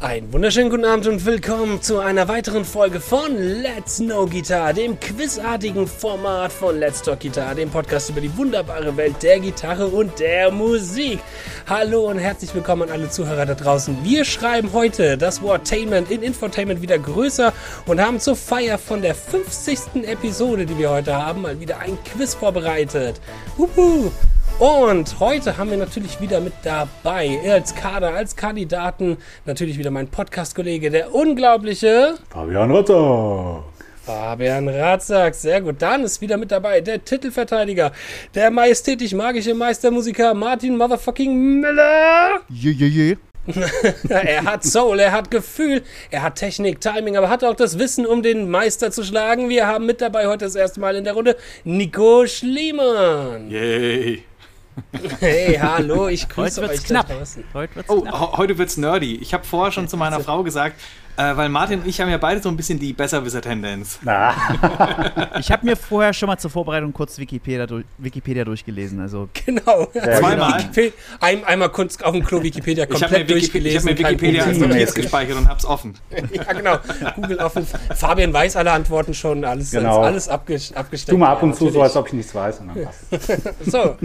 Einen wunderschönen guten Abend und willkommen zu einer weiteren Folge von Let's Know Guitar, dem quizartigen Format von Let's Talk Guitar, dem Podcast über die wunderbare Welt der Gitarre und der Musik. Hallo und herzlich willkommen an alle Zuhörer da draußen. Wir schreiben heute das Wort Tainment in Infotainment wieder größer und haben zur Feier von der 50. Episode, die wir heute haben, mal wieder ein Quiz vorbereitet. Huhu! Und heute haben wir natürlich wieder mit dabei, als Kader, als Kandidaten, natürlich wieder mein Podcast-Kollege, der unglaubliche Fabian Rotter. Fabian Ratzak. Sehr gut. Dann ist wieder mit dabei der Titelverteidiger, der majestätisch-magische Meistermusiker Martin Motherfucking Miller. Jejeje. er hat Soul, er hat Gefühl, er hat Technik, Timing, aber hat auch das Wissen, um den Meister zu schlagen. Wir haben mit dabei heute das erste Mal in der Runde Nico Schliemann. Yay. Hey, hallo, ich grüße Heute wird's euch knapp. da draußen. Heute wird's Oh, knapp. ho- heute wird's nerdy. Ich habe vorher schon zu meiner also. Frau gesagt, äh, weil Martin und ich haben ja beide so ein bisschen die Besserwisser-Tendenz. Ich habe mir vorher schon mal zur Vorbereitung kurz Wikipedia, durch, Wikipedia durchgelesen. Also Genau. Zweimal. Wikipedia- Ein, einmal kurz auf dem Klo Wikipedia Ich habe mir, komplett Wiki ich durchgelesen. hab mir kein Wikipedia als Problem. Notiz gespeichert und hab's offen. Ja, genau. Google offen. Fabian weiß alle Antworten schon, alles, Genau. alles abges abgesteckt. Tu mal ab und zu so, natürlich. als ob ich nichts weiß. Und dann passt. es. So.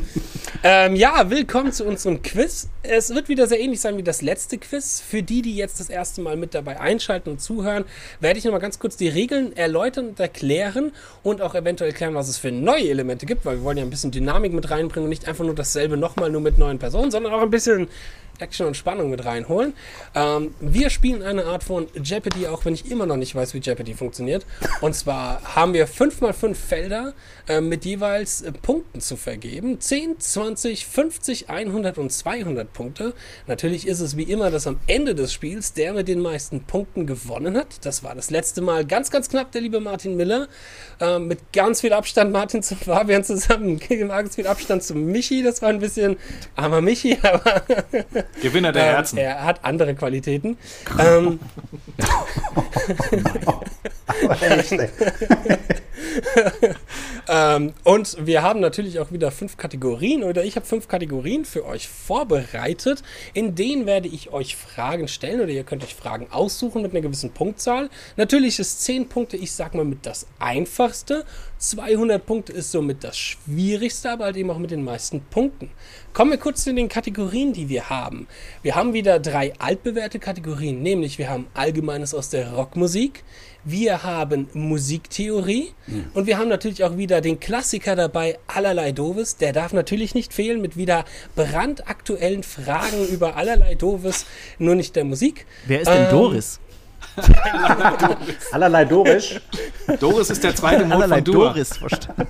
ähm, ja, willkommen zu unserem Quiz. Es wird wieder sehr ähnlich sein wie das letzte Quiz. Für die, die jetzt das erste Mal mit dabei einschalten und zuhören, werde ich nochmal ganz kurz die Regeln erläutern und erklären und auch eventuell erklären, was es für neue Elemente gibt, weil wir wollen ja ein bisschen Dynamik mit reinbringen und nicht einfach nur dasselbe nochmal nur mit neuen Personen, sondern auch ein bisschen Action und Spannung mit reinholen. Ähm, wir spielen eine Art von Jeopardy, auch wenn ich immer noch nicht weiß, wie Jeopardy funktioniert. Und zwar haben wir 5x5 Felder äh, mit jeweils äh, Punkten zu vergeben. 10, 20, 50, 100 und 200 Punkte. Natürlich ist es wie immer, dass am Ende des Spiels der mit den meisten Punkten gewonnen hat. Das war das letzte Mal ganz, ganz knapp, der liebe Martin Miller. Ähm, mit ganz viel Abstand Martin zu Fabian zusammen, ganz viel Abstand zu Michi. Das war ein bisschen armer Michi, aber Gewinner der ähm, Äh, Herzen. Er hat andere Qualitäten. ähm, Echt, ey. ähm, und wir haben natürlich auch wieder fünf Kategorien oder ich habe fünf Kategorien für euch vorbereitet. In denen werde ich euch Fragen stellen oder ihr könnt euch Fragen aussuchen mit einer gewissen Punktzahl. Natürlich ist 10 Punkte, ich sag mal, mit das einfachste. 200 Punkte ist somit das schwierigste, aber halt eben auch mit den meisten Punkten. Kommen wir kurz zu den Kategorien, die wir haben. Wir haben wieder drei altbewährte Kategorien, nämlich wir haben Allgemeines aus der Rockmusik, wir haben Musiktheorie und wir haben natürlich auch wieder den Klassiker dabei, allerlei Doofes. Der darf natürlich nicht fehlen mit wieder brandaktuellen Fragen über allerlei Doofes, nur nicht der Musik. wer ist denn Ähm, Doris? Allerlei Dorisch. Doris ist der zweite Mond Allerlei von Dua. Doris. verstanden.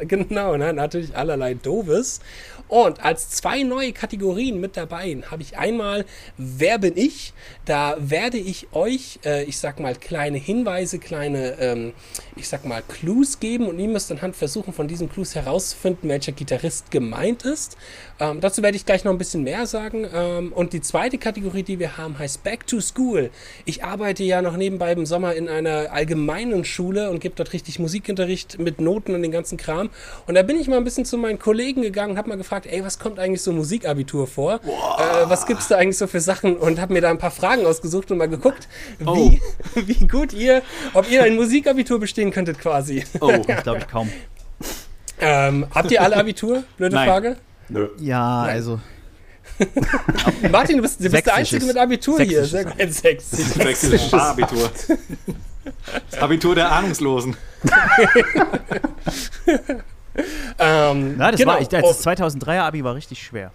genau, ne? natürlich allerlei Doofes. Und als zwei neue Kategorien mit dabei habe ich einmal Wer bin ich? Da werde ich euch, äh, ich sag mal, kleine Hinweise, kleine, ähm, ich sag mal, Clues geben und ihr müsst anhand versuchen, von diesen Clues herauszufinden, welcher Gitarrist gemeint ist. Ähm, dazu werde ich gleich noch ein bisschen mehr sagen. Ähm, und die zweite Kategorie, die wir haben, heißt Back to School. Ich arbeite ja noch nebenbei im Sommer in einer allgemeinen Schule und gebe dort richtig Musikunterricht mit Noten und den ganzen Kram. Und da bin ich mal ein bisschen zu meinen Kollegen gegangen und habe mal gefragt, ey, was kommt eigentlich so im Musikabitur vor? Äh, was gibt's da eigentlich so für Sachen? Und habe mir da ein paar Fragen ausgesucht und mal geguckt, Oh. wie, wie gut ihr, ob ihr ein Musikabitur bestehen könntet quasi. Oh, Glaube ich kaum. Ähm, habt ihr alle Abitur? Blöde Nein. Frage. Nö. Ja, also. Martin, du bist, du bist der Einzige Sächsisches. mit Abitur hier. Sächsisches. Sehr gut. Sächsisch. sächsisches Abitur. Das Abitur der Ahnungslosen. Ähm, Na, das genau. Oh, war, ich, Oh. das 2003er Abi war richtig schwer.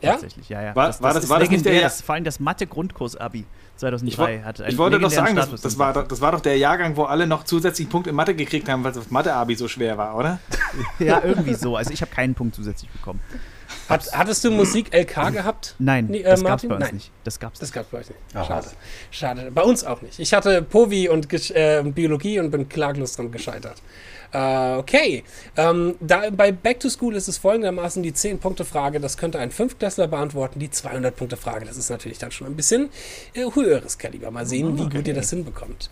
ja? Tatsächlich, ja, ja. War- war das- war das nicht der- legendär. Das, vor allem das Mathe-Grundkurs-Abi 2003 wo- hat. einen ich wollte doch legendären sagen, das, Status das, in war, doch- Deutschland. das war doch der Jahrgang, wo alle noch zusätzlich Punkte in Mathe gekriegt haben, weil das Mathe-Abi so schwer war, oder? Ja, irgendwie so. Also ich habe keinen Punkt zusätzlich bekommen. Hat, hattest du Musik LK gehabt? Nein, Nee, äh, das gab's Martin? bei uns Nein. nicht. Das gab's Das gab's bei euch nicht. Ah, Schade. schade. Schade. Bei uns auch nicht. Ich hatte Povi und Gesch äh, Biologie und bin klaglos dran gescheitert. Äh, okay. Ähm, da, bei Back to School ist es folgendermaßen die 10-Punkte-Frage, das könnte ein Fünftklässler beantworten. Die 200-Punkte-Frage, das ist natürlich dann schon ein bisschen äh, höheres Kaliber. Mal sehen, wie gut ihr das hinbekommt.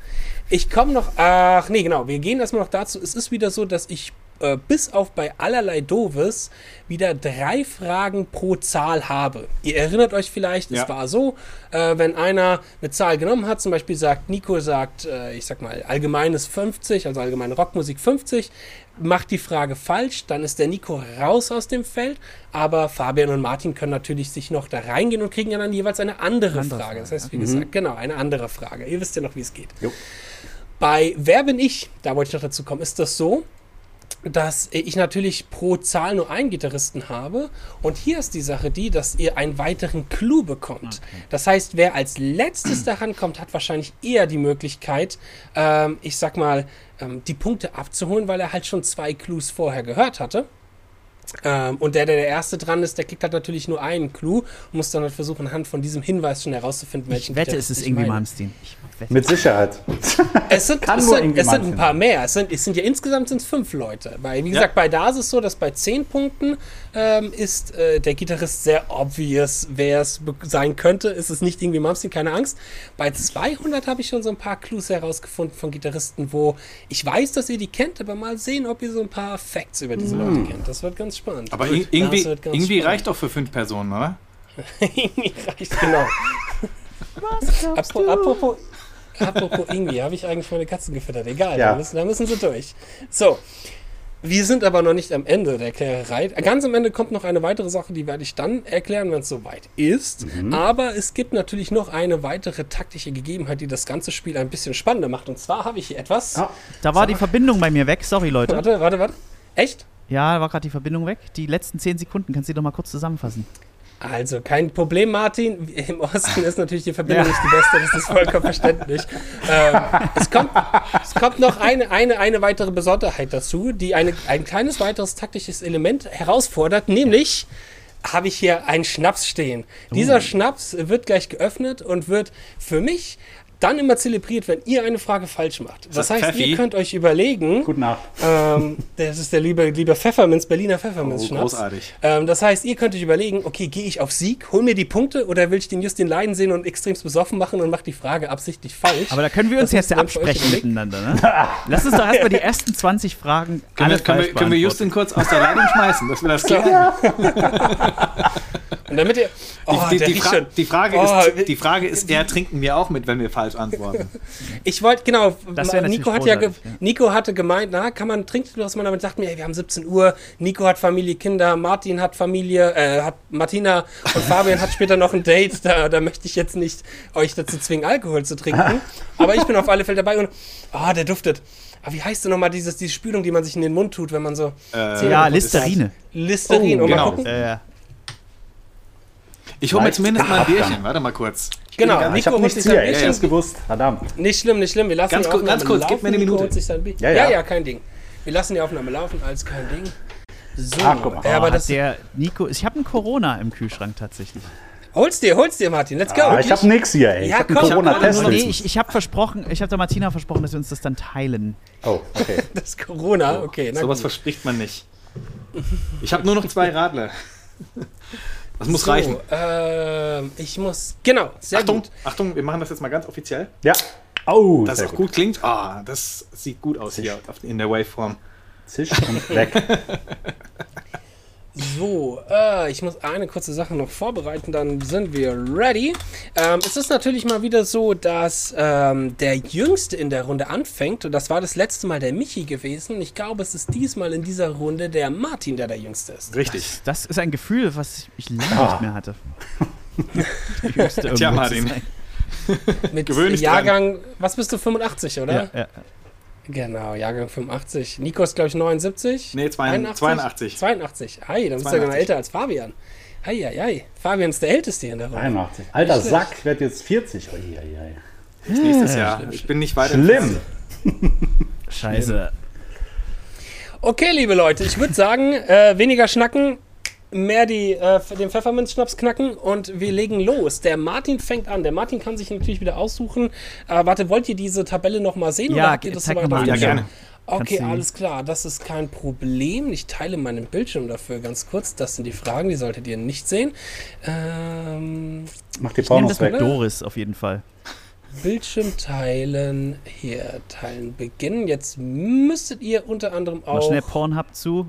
Ich komme noch, ach nee, genau, wir gehen erstmal noch dazu. Es ist wieder so, dass ich äh, bis auf bei allerlei Doves wieder drei Fragen pro Zahl habe. Ihr erinnert euch vielleicht, es Ja. war so, äh, wenn einer eine Zahl genommen hat, zum Beispiel sagt, Nico sagt, äh, ich sag mal, allgemeines 50, also allgemeine Rockmusik 50, macht die Frage falsch, dann ist der Nico raus aus dem Feld, aber Fabian und Martin können natürlich sich noch da reingehen und kriegen ja dann jeweils eine andere, Andere Frage. Das Frage, heißt, wie gesagt, genau, eine andere Frage. Ihr wisst ja noch, wie es geht. Jo. Bei Wer bin ich? Da wollte ich noch dazu kommen. Ist das so, dass ich natürlich pro Zahl nur einen Gitarristen habe? Und hier ist die Sache die, dass ihr einen weiteren Clou bekommt. Das heißt, wer als letztes daran kommt, hat wahrscheinlich eher die Möglichkeit, ähm, ich sag mal, ähm, die Punkte abzuholen, weil er halt schon zwei Clues vorher gehört hatte. Ähm, und der, der der Erste dran ist, der kriegt halt natürlich nur einen Clou und muss dann halt versuchen, anhand von diesem Hinweis schon herauszufinden, welchen Ich wette, es Gitarristen ist ich irgendwie meine. Malmsteen. Ich wette. Mit Sicherheit. Es sind, Kann es nur sind, irgendwie es sind ein manchen. paar mehr. Es sind, es sind ja insgesamt sind es fünf Leute. Weil, wie gesagt, bei Da ist es so, dass bei zehn Punkten ähm, ist äh, der Gitarrist sehr obvious, wer es be- sein könnte. Ist es nicht irgendwie Mamsen, keine Angst. Bei 200 habe ich schon so ein paar Clues herausgefunden von Gitarristen, wo ich weiß, dass ihr die kennt, aber mal sehen, ob ihr so ein paar Facts über diese Mhm. Leute kennt. Das wird ganz spannend. Aber Gut. ir- irgendwie, Das wird ganz irgendwie spannend. reicht doch für fünf Personen, oder? Irgendwie reicht, genau. Apro- apropos, apropos Ingwi, habe ich eigentlich meine Katzen gefüttert. Egal, Ja. da, müssen, da müssen sie durch. So, wir sind aber noch nicht am Ende der Erklärerei. Ganz am Ende kommt noch eine weitere Sache, die werde ich dann erklären, wenn es soweit ist. Mhm. Aber es gibt natürlich noch eine weitere taktische Gegebenheit, die das ganze Spiel ein bisschen spannender macht. Und zwar habe ich hier etwas. Ah. Da war die Verbindung bei mir weg. Sorry, Leute. Warte, warte, warte. Echt? Ja, da war gerade die Verbindung weg. Die letzten 10 Sekunden, kannst du die doch mal kurz zusammenfassen? Also kein Problem, Martin. Im Osten ist natürlich die Verbindung nicht die beste, das ist vollkommen verständlich. Ähm, es, kommt, es kommt noch eine, eine, eine weitere Besonderheit dazu, die eine, ein kleines weiteres taktisches Element herausfordert, nämlich habe ich hier einen Schnaps stehen. Dieser Schnaps wird gleich geöffnet und wird für mich dann immer zelebriert, wenn ihr eine Frage falsch macht. Das das heißt, Pfeffi? ihr könnt euch überlegen, Gute Nacht. ähm, das ist der liebe, liebe Pfefferminz, Berliner Pfefferminz. Oh, großartig. Ähm, das heißt, ihr könnt euch überlegen, okay, gehe ich auf Sieg, hol mir die Punkte oder will ich den Justin leiden sehen und extremst besoffen machen und mach die Frage absichtlich falsch? Aber da können wir uns Das jetzt müssen ja wir für euch absprechen überlegen. miteinander, ne? Lass uns doch erstmal die ersten 20 Fragen Können, alle wir, können, wir, falsch können wir beantworten. Justin kurz aus der Leitung schmeißen, dass wir das klären? Und damit ihr. Oh, die, der die, die, riecht Fra schon. die, Frage Oh, ist, die Frage ist, er trinken wir auch mit, wenn wir falsch antworten. Ich wollte, genau, Das wär Nico, natürlich hat ja ge großartig, ja. Nico hatte gemeint, na, kann man, trinkt du das mal damit, sagt mir, ey, wir haben 17 Uhr, Nico hat Familie, Kinder, Martin hat Familie, äh, hat Martina und Fabian hat später noch ein Date, da, da möchte ich jetzt nicht euch dazu zwingen, Alkohol zu trinken. Aber ich bin auf alle Fälle dabei und, ah, der duftet. Ah, wie heißt denn nochmal dieses, diese Spülung, die man sich in den Mund tut, wenn man so. Äh, Ja, Listerine. Listerin, Oh, oh, mal genau. gucken. Äh, Ich hole mir Leicht zumindest mal ein abgang. Bierchen. Warte mal kurz. Genau, gar- Ich Nico habe holt nichts sich sein hier, ich Bierchen. hab's gewusst. Verdammt. Nicht schlimm, nicht schlimm. Wir lassen Ganz die kurz- Aufnahme ganz kurz, laufen. gib mir eine Nico Minute. holt Sich sein Bier. Ja, Ja, ja. ja. kein Ding. Wir lassen die Aufnahme laufen, alles kein Ding. So, Ach, guck mal. Ja, aber Oh, hat das, der Nico, ich habe einen Corona im Kühlschrank tatsächlich. hol's dir, hol's dir, Martin. Let's go. Ah, ich habe nix hier, Ja, ey. ich habe einen komm, ich hab Corona-Test. Nee, ich, ich habe versprochen, ich habe der Martina versprochen, dass wir uns das dann teilen. oh, okay. das Corona, okay. Na Oh, Sowas gut. verspricht man nicht. Ich habe nur noch zwei Radler. Das muss so, reichen. ähm, ich muss, genau, sehr Achtung, gut. Achtung, wir machen das jetzt mal ganz offiziell. Ja. Oh, Dass sehr es auch gut klingt. Ah, das sieht gut aus hier auf- in der Waveform. Zisch und weg. So, äh, ich muss eine kurze Sache noch vorbereiten, dann sind wir ready. Ähm, es ist natürlich mal wieder so, dass ähm, der Jüngste in der Runde anfängt. Und das war das letzte Mal der Michi gewesen. Und ich glaube, es ist diesmal in dieser Runde der Martin, der der Jüngste ist. Richtig. Das ist ein Gefühl, was ich lange nicht mehr hatte. Die höchste irgendwo Tja, zu Martin. sein. Mit Gewöhn dich Jahrgang, was bist du, 85, oder? Ja, ja. Genau, Jahrgang 85. Nico ist, glaube ich, 79. Nee, 82. 82. 82. Ei, dann bist du ja genau 82. älter als Fabian. Ei, ei, ei. Fabian ist der Älteste hier in der Runde. 81. Alter Nicht Sack, ich werde jetzt 40. Ui, ui, ui. Nächstes Jahr. Ich bin nicht weiter. Schlimm. Scheiße. Okay, liebe Leute, ich würde sagen, äh, weniger schnacken, mehr die, äh, den Pfefferminzschnaps knacken und wir legen los. Der Martin fängt an. Der Martin kann sich natürlich wieder aussuchen. Äh, warte, wollt ihr diese Tabelle nochmal sehen Ja, oder habt ihr ge- das zeig soweit noch auf- mal an. Ja, gerne. Okay, Kannst du- alles klar, das ist kein Problem. Ich teile meinen Bildschirm dafür ganz kurz. Das sind die Fragen, die solltet ihr nicht sehen. Ähm, Mach die Nimm Pornos das mit weg. Doris auf jeden Fall. Bildschirm teilen, hier teilen beginnen. Jetzt müsstet ihr unter anderem Mal auch. schnell Pornhub zu.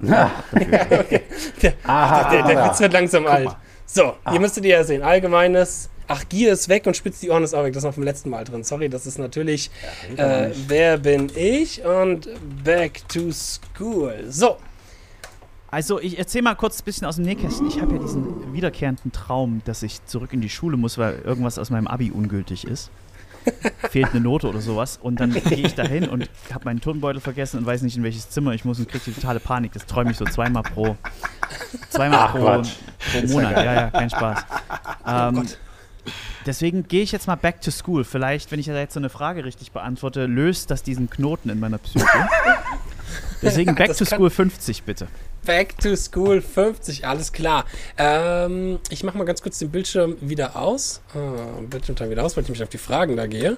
Aha, Der, der aha. Witz wird langsam alt. So, ihr müsstet ihr ja sehen. Allgemeines. Ach, Gier ist weg und spitzt die Ohren ist auch weg. Das war vom letzten Mal drin. Sorry, das ist natürlich äh, Wer bin ich und Back to School. So, Also, ich erzähl mal kurz ein bisschen aus dem Nähkästchen. Ich habe ja diesen wiederkehrenden Traum, dass ich zurück in die Schule muss, weil irgendwas aus meinem Abi ungültig ist. Fehlt eine Note oder sowas. Und dann gehe ich dahin und habe meinen Turnbeutel vergessen und weiß nicht, in welches Zimmer ich muss und kriege die totale Panik. Das träume ich so zweimal pro, zweimal Ach, pro, Quatsch. pro Monat. Ja, ja, kein Spaß. Ähm, deswegen gehe ich jetzt mal back to school. Vielleicht, wenn ich da jetzt so eine Frage richtig beantworte, löst das diesen Knoten in meiner Psyche. Deswegen back Das to kann- school 50 bitte. Back to School 50, alles klar. Ähm, ich mache mal ganz kurz den Bildschirm wieder aus. Ah, Bildschirm dann wieder aus, weil ich mich auf die Fragen da gehe.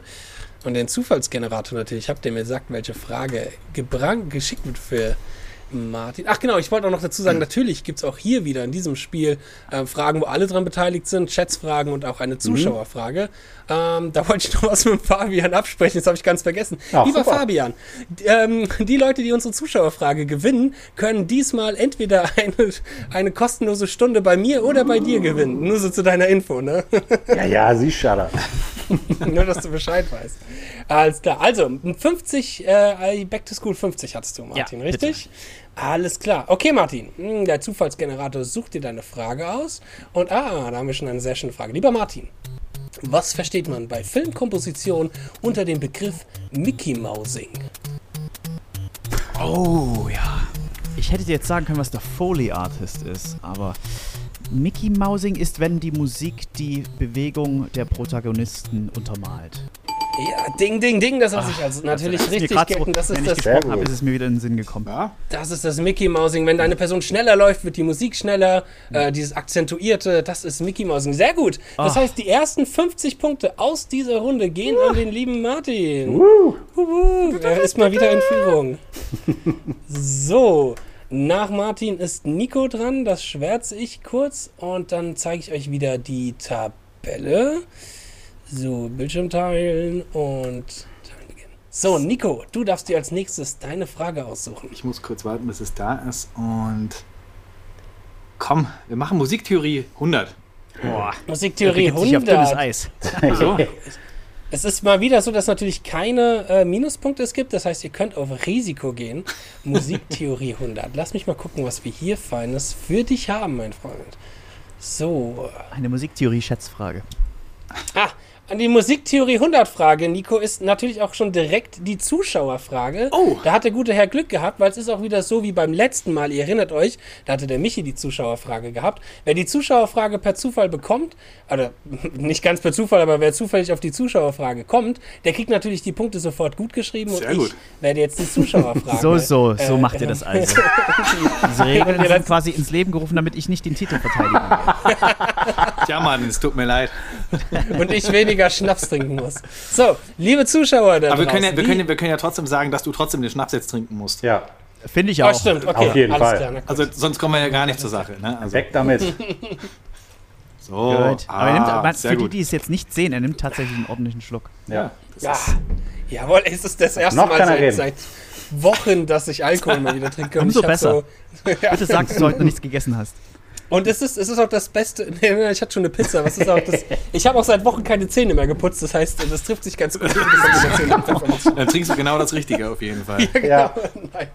Und den Zufallsgenerator natürlich. Ich habe der mir gesagt, welche Frage gebrang, geschickt wird für Martin. Ach genau, ich wollte auch noch dazu Hm. sagen, natürlich gibt es auch hier wieder in diesem Spiel äh, Fragen, wo alle dran beteiligt sind, Chatsfragen und auch eine Mhm. Zuschauerfrage. Ähm, da wollte ich noch was mit Fabian absprechen, das habe ich ganz vergessen. Ach, Lieber super. Fabian, d- ähm, die Leute, die unsere Zuschauerfrage gewinnen, können diesmal entweder eine, eine kostenlose Stunde bei mir oder bei dir gewinnen. Nur so zu deiner Info, ne? Ja, ja, sie schadert. Nur, dass du Bescheid weißt. Alles klar. Also, 50, äh, Back to School 50 hattest du, Martin, Ja, richtig? Alles klar. Okay, Martin. Hm, Der Zufallsgenerator sucht dir deine Frage aus. Und ah, da haben wir schon eine sehr schöne Frage. Lieber Martin, was versteht man bei Filmkomposition unter dem Begriff Mickey Mousing? Oh ja. Ich hätte dir jetzt sagen können, was der Foley Artist ist, aber Mickey Mousing ist, wenn die Musik die Bewegung der Protagonisten untermalt. Ja, ding, ding, ding, Ah, das lasse ich also natürlich Mir richtig grad so, gelten. Das wenn ist ich das gesprochen Sehr habe, gut. ist es mir wieder in den Sinn gekommen. Ja. Das ist das Mickey Mousing. Wenn deine Person schneller läuft, wird die Musik schneller. Äh, dieses Akzentuierte, das ist Mickey Mousing. Sehr gut. Das heißt, die ersten 50 Punkte aus dieser Runde gehen an den lieben Martin. Uhu. Er ist mal wieder in Führung. So. Nach Martin ist Nico dran, das schwärze ich kurz und dann zeige ich euch wieder die Tabelle. So, Bildschirm teilen und teilen beginnen. So, Nico, du darfst dir als nächstes deine Frage aussuchen. Ich muss kurz warten, bis es da ist und. Komm, wir machen Musiktheorie 100. Boah, da Musiktheorie begebe ich auf dünnes 100. Eis. So. Es ist mal wieder so, dass natürlich keine äh, Minuspunkte es gibt. Das heißt, ihr könnt auf Risiko gehen. Musiktheorie 100. Lass mich mal gucken, was wir hier Feines für dich haben, mein Freund. So. Eine Musiktheorie-Schätzfrage. Ah, an die Musiktheorie 100 Frage, Nico, ist natürlich auch schon direkt die Zuschauerfrage. Oh. Da hat der gute Herr Glück gehabt, weil es ist auch wieder so wie beim letzten Mal. Ihr erinnert euch, da hatte der Michi die Zuschauerfrage gehabt. Wer die Zuschauerfrage per Zufall bekommt, oder nicht ganz per Zufall, aber wer zufällig auf die Zuschauerfrage kommt, der kriegt natürlich die Punkte sofort gut geschrieben Sehr und gut. ich werde jetzt die Zuschauerfrage. äh, So, so, so macht ihr das also. Diese Regeln Ja, sind das- quasi ins Leben gerufen, damit ich nicht den Titel verteidigen kann. Tja, Mann, es tut mir leid. und ich weniger Schnaps trinken muss. So, liebe Zuschauer da Aber wir können, ja, draußen, wir, die- können, ja- wir können ja trotzdem sagen, dass du trotzdem den Schnaps jetzt trinken musst. Ja, Finde ich Ah, auch. stimmt, okay. Auf jeden alles Fall. Klar, na gut. Also sonst kommen wir ja gar nicht zur Sache. Ne? Also, weg damit. so, Gut. Aber er nimmt, ah, aber sehr für die, gut. die es jetzt nicht sehen, er nimmt tatsächlich einen ordentlichen Schluck. Ja. Ja, jawohl, es ist das erste Noch Mal kann er seit, reden. seit Wochen, dass ich Alkohol mal wieder trinke. Umso ich hab besser. So, ja. Bitte sag, dass du heute noch nichts gegessen hast. Und es ist, es ist auch das Beste. Nee, nee, ich hatte schon eine Pizza. Was ist auch das, ich habe auch seit Wochen keine Zähne mehr geputzt. Das heißt, das trifft sich ganz gut. mit der Kombination an Pfefferminz. Dann trinkst du genau das Richtige auf jeden Fall. Ja. genau. Nein.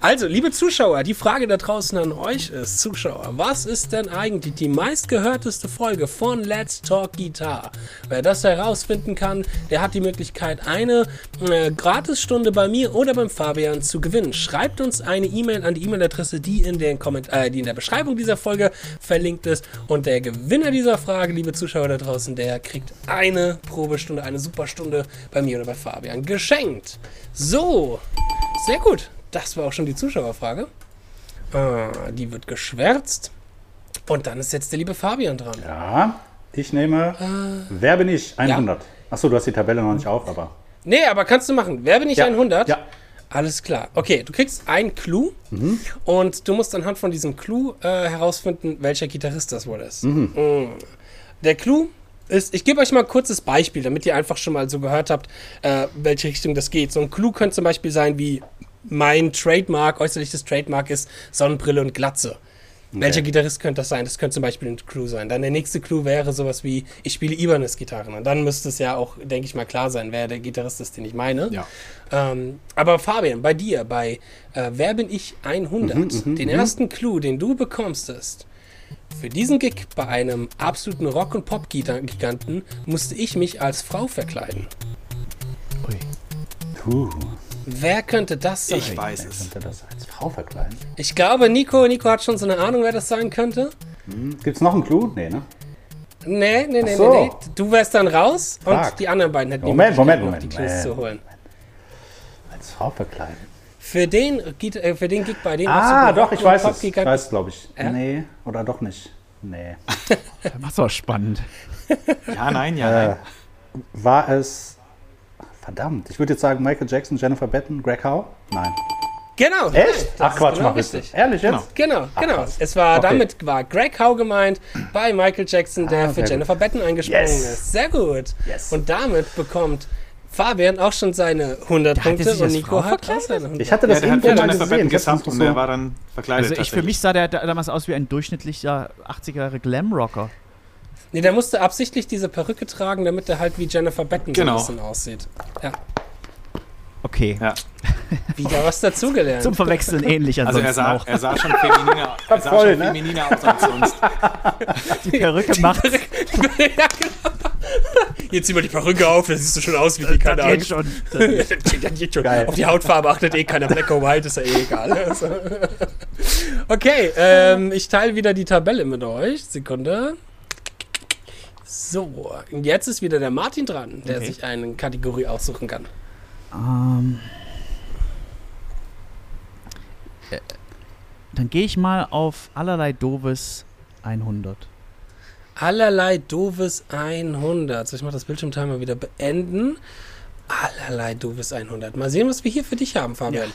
also, liebe Zuschauer, die Frage da draußen an euch ist, Zuschauer, was ist denn eigentlich die meistgehörteste Folge von Let's Talk Guitar? Wer das herausfinden kann, der hat die Möglichkeit, eine äh, Gratisstunde bei mir oder beim Fabian zu gewinnen. Schreibt uns eine E-Mail an die E-Mail-Adresse, die, in den Komment- äh, die in der Beschreibung dieser Folge verlinkt ist. Und der Gewinner dieser Frage, liebe Zuschauer da draußen, der kriegt eine Probestunde, eine Superstunde bei mir oder bei Fabian geschenkt. So, sehr gut. Das war auch schon die Zuschauerfrage. Ah, die wird geschwärzt. Und dann ist jetzt der liebe Fabian dran. ja. Ich nehme, Äh. wer bin ich? 100. Achso, du hast die Tabelle noch nicht auf, aber. Nee, aber kannst du machen. Wer bin ich Ja. 100? Ja. Mhm. Alles klar. Okay, du kriegst einen Clou und du musst anhand von diesem Clou äh, herausfinden, welcher Gitarrist das wohl ist. Mhm. Der Clou ist, ich gebe euch mal ein kurzes Beispiel, damit ihr einfach schon mal so gehört habt, äh, welche Richtung das geht. So ein Clou könnte zum Beispiel sein, wie mein Trademark, äußerliches Trademark ist Sonnenbrille und Glatze. Welcher Gitarrist könnte das sein? Das könnte zum Beispiel ein Clou sein. Dann der nächste Clou wäre sowas wie, ich spiele Ibanez-Gitarren. Und dann müsste es ja auch, denke ich mal, klar sein, wer der Gitarrist ist, den ich meine. Ja. Ähm, aber Fabian, bei dir, bei äh, Wer bin ich 100, Mhm, den ersten Clou, den du bekommst, ist, für diesen Gig bei einem absoluten Rock- und Pop-Giganten musste ich mich als Frau verkleiden. Ui. Puh, Wer könnte das sein? Ich weiß wer es. könnte das als Frau verkleiden? Ich glaube, Nico, Nico hat schon so eine Ahnung, wer das sein könnte. Gibt's noch einen Clou? Nee, ne? Nee, nee, nee, Ach so. nee, nee. Du wärst dann raus und Fuck. die anderen beiden hätten die Moment, Möglichkeit, Moment, Äh. noch die Moment, Clues Moment. zu holen. Als Frau verkleiden? Für den, Git- äh, für den Gig bei den Ah, doch, ich weiß es. Ich Giganten, weiß es, glaube ich. Ja? Nee, oder doch nicht. Nee. Das macht's auch spannend. Ja, nein, ja, Äh, nein. war es. Verdammt, ich würde jetzt sagen Michael Jackson, Jennifer Batten, Greg Howe? Nein. Genau. Echt? Das Ach ist Quatsch, genau mach richtig. richtig. Ehrlich jetzt? Genau, genau. krass. Es war Okay. damit war Greg Howe gemeint bei Michael Jackson, der Ah, für sehr Jennifer Batten eingesprungen Yes. ist. Sehr gut. Yes. Und damit bekommt Fabian auch schon seine 100 Der hatte Punkte sich und als Nico Frau hat auch seine 100. Ich hatte Ja, das der hat irgendwo ja mal Jennifer Batten gesehen. Das gesamt ist und der so. war dann verkleidet. Also ich, für mich sah der da- damals aus wie ein durchschnittlicher 80er-Jahre Glamrocker. Nee, der musste absichtlich diese Perücke tragen, damit er halt wie Jennifer Batten Genau. so ein bisschen aussieht. Ja. Okay. Ja. Wieder was dazugelernt. Zum Verwechseln ähnlich Also ansonsten er sah, auch. er sah schon femininer, er sah Voll, schon ne? femininer aus als sonst. Die Perücke macht ja, genau. Jetzt zieh mal die Perücke auf, da siehst du schon aus wie die, keine das geht Angst. schon. Das geht schon. Geil. Auf die Hautfarbe achtet eh keiner. Black or White ist ja eh egal. Also. Okay, ähm, ich teile wieder die Tabelle mit euch. Sekunde. So, und jetzt ist wieder der Martin dran, der Okay. sich eine Kategorie aussuchen kann. Ähm, äh, dann gehe ich mal auf allerlei doofes 100. Allerlei doofes 100. So, ich mache das Bildschirmtimer wieder beenden. Allerlei doofes 100. Mal sehen, was wir hier für dich haben, Fabian.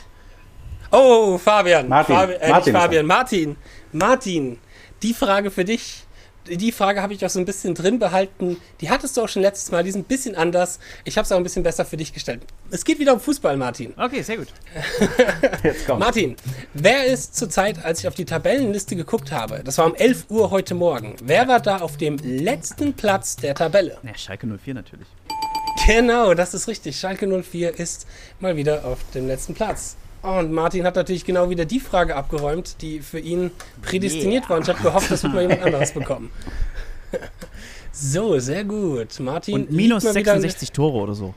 Oh, Fabian. Martin. Fabi äh, Martin Martin, ist Fabian. Martin. Martin. Die Frage für dich. Die Frage habe ich auch so ein bisschen drin behalten. Die hattest du auch schon letztes Mal. Die ist ein bisschen anders. Ich habe es auch ein bisschen besser für dich gestellt. Es geht wieder um Fußball, Martin. Okay, sehr gut. Jetzt kommt. Martin, wer ist zurzeit, als ich auf die Tabellenliste geguckt habe, das war um 11 Uhr heute Morgen, wer war da auf dem letzten Platz der Tabelle? Ja, Ne, Schalke 04 natürlich. Genau, das ist richtig. Schalke 04 ist mal wieder auf dem letzten Platz. Und Martin hat natürlich genau wieder die Frage abgeräumt, die für ihn prädestiniert war. Und ich habe gehofft, das wird mal jemand anderes bekommen. So, sehr gut. Martin. Und minus liegt mal wieder- Hm? 66 Tore oder so.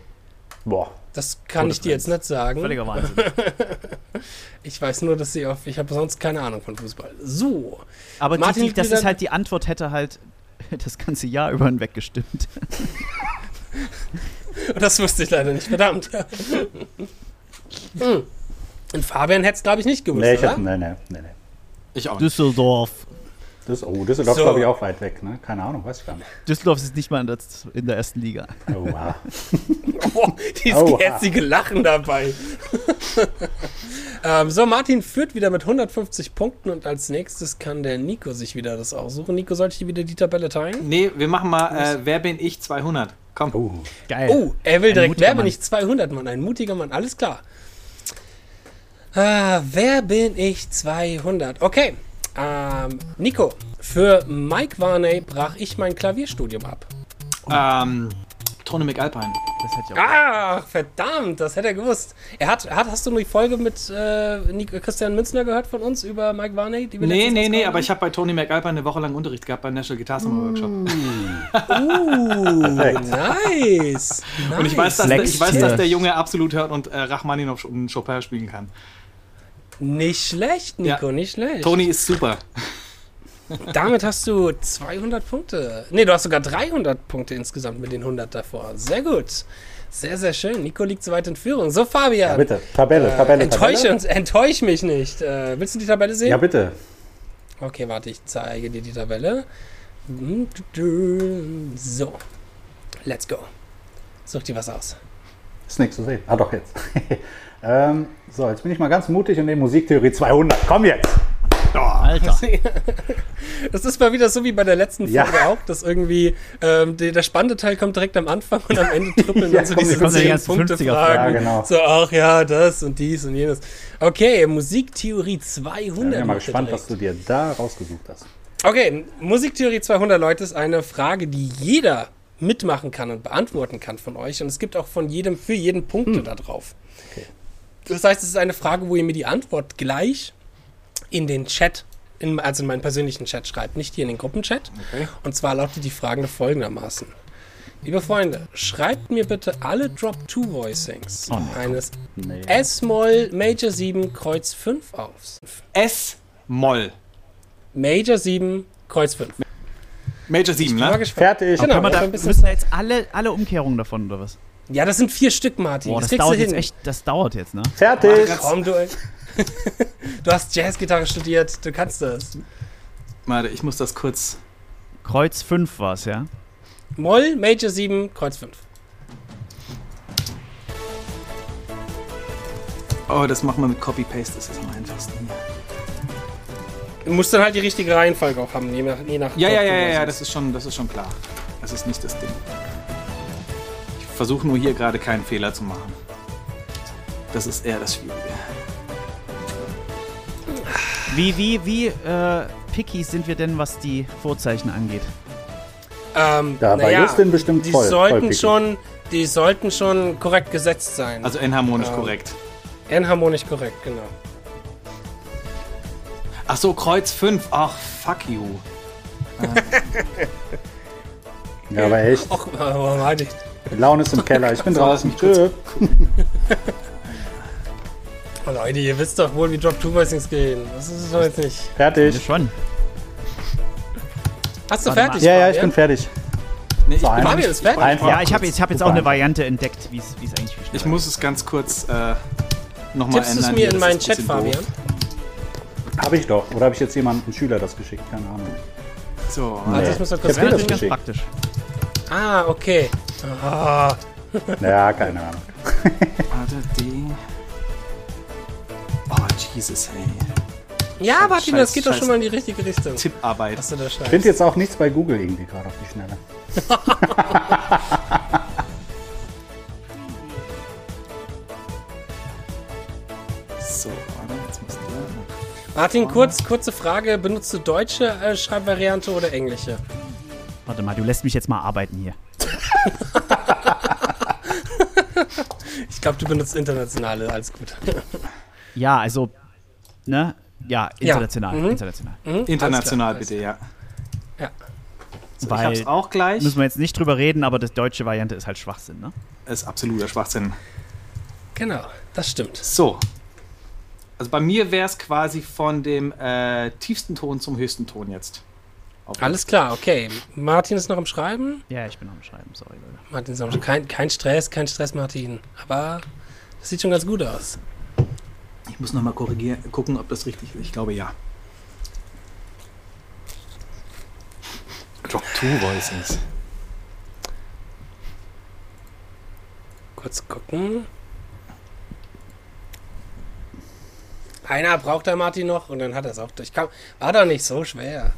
Boah. Das kann ich dir jetzt nicht sagen. Völliger Wahnsinn. Ich weiß nur, dass sie auf. Ich habe sonst keine Ahnung von Fußball. So. Aber Martin die, die, das liegt wieder- ist halt, die Antwort hätte halt das ganze Jahr über hinweg gestimmt. Das wusste ich leider nicht, verdammt. Hm. Und Fabian hätte es, glaube ich, nicht gewusst, Nee, ich oder? hätte. Nee, nee, nee, nee. Ich auch. nicht. Düsseldorf. Das, oh, Düsseldorf So. ist, glaube ich, auch weit weg, ne? Keine Ahnung, weiß ich gar nicht. Düsseldorf ist nicht mal in der, in der ersten Liga. Oha. Oh, dieses Aua. herzige Lachen dabei. ähm, so, Martin führt wieder mit 150 Punkten und als nächstes kann der Nico sich wieder das aussuchen. Nico, sollte ich dir wieder die Tabelle teilen? Nee, wir machen mal äh, Wer bin ich 200. Komm. Uh. Geil. Oh, er will Ein direkt, mutiger wer bin Mann. ich? 200, Mann, ein mutiger Mann, alles klar. Ah, wer bin ich 200? Okay, ähm, Nico, für Mike Varney brach ich mein Klavierstudium ab. Ähm, Tone McAlpine. Das hätte ich auch. Ach, verdammt, das hätte er gewusst. Er hat, hat hast du nur die Folge mit äh, Nico, Christian Münzner gehört von uns über Mike Varney? Die wir Nee, letztens nee, nee, besprochen aber ich habe bei Tony McAlpine eine Woche lang Unterricht gehabt beim National Guitar Summer Mm. Workshop. haben? Uh, nice. Und ich weiß, dass, der, Flex ich weiß, dass hier. der Junge absolut hört und äh, Rachmaninoff und Chopin spielen kann. Nicht schlecht, Nico, Ja. nicht schlecht. Tony ist super. Damit hast du 200 Punkte. Nee, du hast sogar 300 Punkte insgesamt mit den 100 davor. Sehr gut. Sehr, sehr schön. Nico liegt soweit in Führung. So, Fabian. Ja, bitte. Tabelle, Äh, Tabelle, enttäusch, Tabelle. uns, enttäusch mich nicht. Äh, willst du die Tabelle sehen? Ja, bitte. Okay, warte, ich zeige dir die Tabelle. Hm, So. Let's go. Such dir was aus. Ist nichts zu sehen. Ah, doch, jetzt. ähm, so, jetzt bin ich mal ganz mutig und nehme Musiktheorie 200. Komm jetzt. Oh, Alter. Das ist mal wieder so wie bei der letzten Ja. Folge auch, dass irgendwie ähm, die, der spannende Teil kommt direkt am Anfang und am Ende trippeln Ja, dann so komm, diese wir kommen zu den 10 ganzen Punkte 50er Fragen. Ja, genau. So, ach ja, das und dies und jenes. Okay, Musiktheorie 200. Ich bin ja mal macht er gespannt, direkt. was du dir da rausgesucht hast. Okay, Musiktheorie 200, Leute, ist eine Frage, die jeder mitmachen kann und beantworten kann von euch. Und es gibt auch von jedem, für jeden Punkte da drauf. Das heißt, es ist eine Frage, wo ihr mir die Antwort gleich in den Chat, in, also in meinen persönlichen Chat schreibt, nicht hier in den Gruppenchat. Und zwar lautet die Frage folgendermaßen. Liebe Freunde, schreibt mir bitte alle Drop-2-Voicings Oh nee. eines Nee. S-Moll Major 7 Kreuz 5 auf. S-Moll. Major 7 Kreuz 5. Major 7, Bin mal ne? gespannt. Fertig. Genau. Kann man ja, da, ein bisschen- müssen da jetzt alle, alle Umkehrungen davon oder was? Ja, das sind vier Stück, Martin. Boah, das das kriegst dauert du hin. jetzt echt, das dauert jetzt, ne? Fertig. Komm, du. du hast Jazzgitarre studiert, du kannst das. Warte, ich muss das kurz. Kreuz 5 war es, ja? Moll, Major 7, Kreuz 5. Oh, das macht man mit Copy-Paste, das ist am einfachsten. Du musst dann halt die richtige Reihenfolge auch haben, je nach. Je nach Ja, ja, ja, ja, Voraussetzung. ja, das ist schon, das ist schon klar. Das ist nicht das Ding. Ich versuche nur hier gerade keinen Fehler zu machen. Das ist eher das Schwierige. Wie, wie, wie äh, picky sind wir denn, was die Vorzeichen angeht? Ähm, Da war na ja, Justin bestimmt die voll. voll Sollten picky. schon, die sollten schon korrekt gesetzt sein. Also Also enharmonisch Ähm. korrekt. enharmonisch korrekt, genau. Ach so, Kreuz 5. Ach, fuck you. Ja, aber echt. Och, warum hatte ich. Laune ist im Keller. Ich bin So, lass draußen. mich kurz- Tschö. Oh, Leute, ihr wisst doch wohl, wie Drop 2 Voicings gehen. Das ist es doch jetzt nicht. Ja, Fertig. schon. Hast du Warte mal. fertig? Ja, ja, ich bin Fabian? fertig. Nee, ich, So, bin, einmal- Fabian ist fertig. Einfach. Ja, ich habe jetzt, ich hab jetzt auch eine Super. Variante entdeckt, wie es wie es eigentlich viel ich schneller muss es ganz kurz äh, nochmal Tippst ändern. du es hier, mir in das meinen ist Chat, ein bisschen doof. Fabian? Habe ich doch. Oder habe ich jetzt jemandem Schüler das geschickt? Keine Ahnung. So, Also Nee. ich muss mal kurz ist. Ich hab Ja, das das ist ganz geschickt. praktisch. Ah, okay. Ah, Ja, keine Ahnung. warte, D. Oh, Jesus, hey. Ja, Martin, das Scheiß- geht doch scheiß- schon mal in die richtige Richtung. Tipparbeit. Hast du da Scheiß? Finde jetzt auch nichts bei Google irgendwie gerade auf die Schnelle. So, warte, jetzt muss der. Martin, kurz, kurze Frage. Benutzt du deutsche äh, Schreibvariante oder englische? Warte mal, du lässt mich jetzt mal arbeiten hier. Ich glaube, du benutzt internationale. Mhm, Alles gut. Ja, also, ne? Ja, international. Mhm. international. International alles bitte, ja. Ja. So, ich Weil- hab's auch gleich. Müssen wir jetzt nicht drüber reden, aber das deutsche Variante ist halt Schwachsinn, ne? ist absoluter Schwachsinn. Genau, das stimmt. So. Also bei mir wäre es quasi von dem äh, tiefsten Ton zum höchsten Ton jetzt. Auf- Alles klar, okay. Martin ist noch am Schreiben. Ja, ich bin am Schreiben, sorry, Leute. Martin ist noch am Schreiben. Kein, kein Stress, kein Stress, Martin. Aber das sieht schon ganz gut aus. Ich muss nochmal korrigieren, gucken, ob das richtig ist. Ich glaube ja. Drop two voices. Kurz gucken. Einer braucht der Martin noch und dann hat er es auch durch. Kam, war doch nicht so schwer.